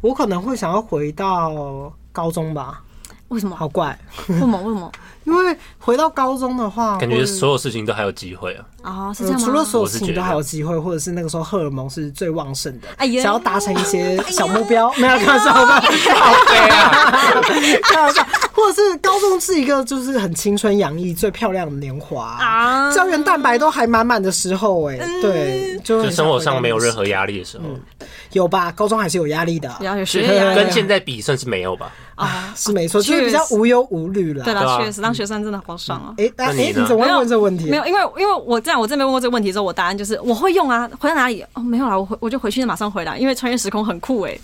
我可能会想要回到高中吧，为什么？好怪，为什么？为什么？因为回到高中的话， 感或觉者是所有事情都还有机会啊！啊、是呃这样吗？除了所有我是事情觉都得还有机会，或者是那个时候荷尔蒙是最旺盛的，哎呀想要达成一些小目标，没有开玩笑的，对 啊，哎开玩笑，或者是高中是一个就是很青春洋溢、最漂亮的年华啊嗯胶原蛋白都还满满的时候，哎，对，就就很生活上没有任想何压力的时候，有吧，高中还是有压力的，不要有嗯是啊学业压力跟现在比算是没有吧？啊！是没错，就是比较确实无忧无虑啦。对对啦，啊确实当学生真的好爽哦、哎、哎、那你哎呢你怎么会问这个问题？没有，因为因为我这样，我真没问过这个问题之后，我答案就是我会用啊。回到哪里？哦，没有啦，我回我就回去马上回来，因为穿越时空很酷哎、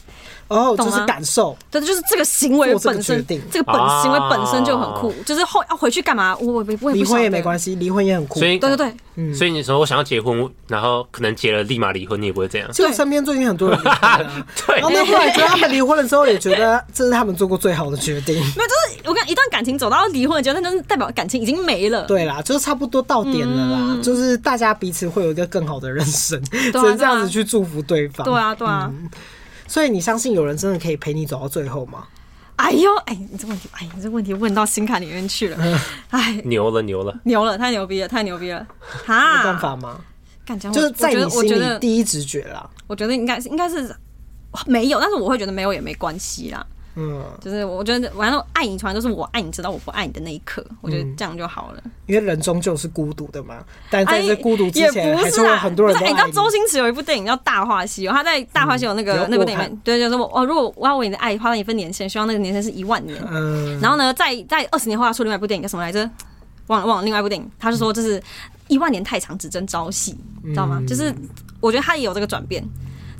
哦，懂就吗是感受。对，就是这个行为做这个本决身定，啊这个本行为本身就很酷，就是后要回去干嘛？我我也我也离不晓婚得也没关系，离婚也很酷所。以，对对对，所以你说我想要结婚，然后可能结了立马离婚，你也不会这样。就身边最近很多人离婚啊， 对然后，那后来觉得他们离婚了之后，也觉得这是他们做过最好的决定。 没有，就是我跟一段感情走到离婚的阶段，那就是代表感情已经没了。对啦，就是差不多到点了嗯啦，就是大家彼此会有一个更好的人生， 只能这样子去祝福对方。啊对，啊，对啊。嗯所以你相信有人真的可以陪你走到最后吗？哎呦，哎，你这问题，哎，你这问题问到心坎里面去嗯了。哎，牛了牛了，牛了，太牛逼了，太牛逼了！有哈，办法吗？干。讲就是在你啊我心觉里得，第一直觉啦。我觉得应该是应该是没有，但是我会觉得没有也没关系啦。嗯，就是我觉得，完了，爱你从来都是我爱你，直到我不爱你的那一刻，我觉得这样就好了。因为人终究是孤独的嘛，但嗯在哎，这孤独之前，也不还是会有啦，很多人不都是哎你爱知道你。嗯周星驰有一部电影叫《大话西游》，他在《大话西游》那有个那部我电影里面看，对，就是我哦，如果我要为你的爱花上一份年限，希望那个年限是一万年。嗯，然后呢，在在二十年后要出另外一部电影叫什么来着？忘了忘了，另外一部电影，他是说就是一万年太长，只争朝夕，你知道嗯吗？就是我觉得他也有这个转变。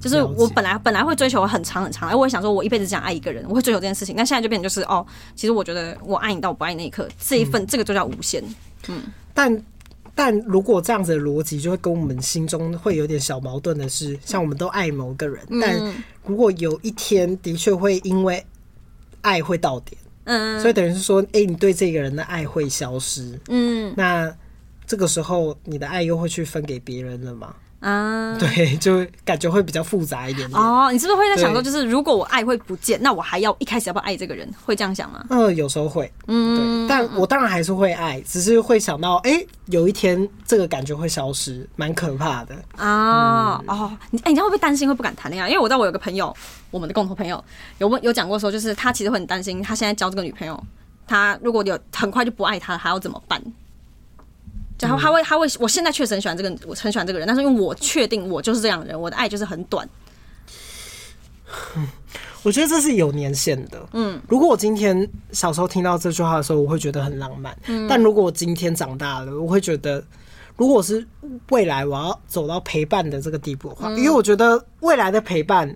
就是了我解本来本来会追求很长很长，哎，我也想说，我一辈子只想爱一个人，我会追求这件事情。但现在就变成就是哦，其实我觉得我爱你到我不爱你那一刻，这一嗯份、这个就叫无限。但但如果这样子的逻辑，就会跟我们心中会有点小矛盾的是，像我们都爱某个人，嗯但如果有一天的确会因为爱会到点，嗯所以等于是说，哎、你对这个人的爱会消失，嗯那这个时候你的爱又会去分给别人了嘛？啊，对，就感觉会比较复杂一点点。哦，你是不是会在想说，对就是如果我爱会不见，那我还要一开始要不要爱这个人？会这样想吗？嗯，有时候会，对，嗯，但我当然还是会爱，只是会想到，哎、有一天这个感觉会消失，蛮可怕的。啊、哦，你哎、你知道会不会担心会不敢谈恋爱？因为我知道我有个朋友，我们的共同朋友有问有讲过说，就是他其实会很担心，他现在交这个女朋友，他如果有很快就不爱他，还要怎么办？就他他会他会，我现在确实很喜欢这个，我很喜欢这个人，但是因为我确定我就是这样的人，我的爱就是很短，我觉得这是有年限的。嗯，如果我今天小时候听到这句话的时候，我会觉得很浪漫。嗯但如果我今天长大了，我会觉得，如果我是未来我要走到陪伴的这个地步的嗯话，因为我觉得未来的陪伴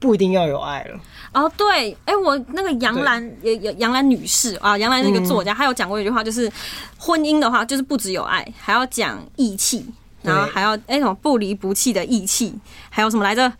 不一定要有爱了。哦，对，哎、我那个杨澜也也杨澜女士啊，杨澜是一嗯个作家，她有讲过一句话，就是婚姻的话，就是不只有爱，还要讲义气，然后对还要哎、什么不离不弃的义气，还有什么来着？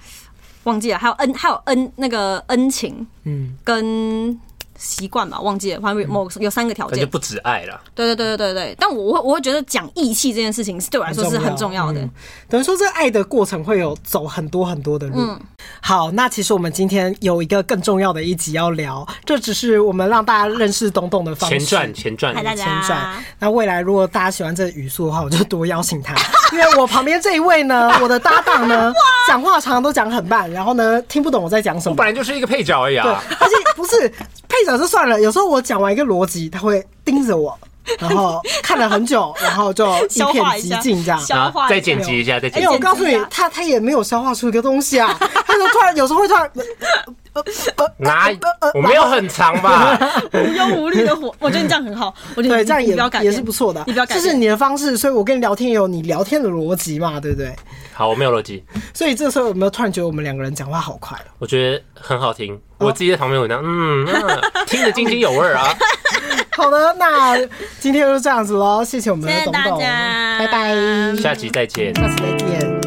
忘记了，还有恩，还有恩那个恩情嗯，跟习惯吧，忘记了，反正有某有三个条但就件。不止爱了。对对对对对对，但我会我会觉得讲义气这件事情是对我来说是很重要的。嗯等于说，这爱的过程会有走很多很多的路。嗯好，那其实我们今天有一个更重要的一集要聊，这只是我们让大家认识东东的方式。前传，前传，嗨大家前啊传。那未来如果大家喜欢这个语速的话，我就多邀请他，因为我旁边这一位 呢，我的搭档呢，讲话常常都讲很慢，然后呢听不懂我在讲什我么本。来就是一个配角而已对，啊。而且不是配角就算了，有时候我讲完一个逻辑，他会盯着我，然后看了很久，然后就一消片化一寂下静这样。消化一下再剪辑一下，再哎剪呀，辑我一下。告诉你，他他也没有消化出一个东 西啊，他就突然有时候会突然，呃呃呃哪？我没有很长吧？ 无忧无虑的 活，我觉得你这样很好，我觉得对，你这样你不要改也呃也变是不错的，你不要改这变，是你的方式，所以我跟你聊天也有你聊天的逻辑嘛，对不对？好，我没有逻辑，所以这时候有没有突然觉得我们两个人讲话好快哦？我觉得很好听。我自己在旁边，我讲，嗯，嗯听得津津有味儿啊。好的，那今天就这样子喽，谢谢我们谢的谢董大董，家拜拜，下集再见。下次再见。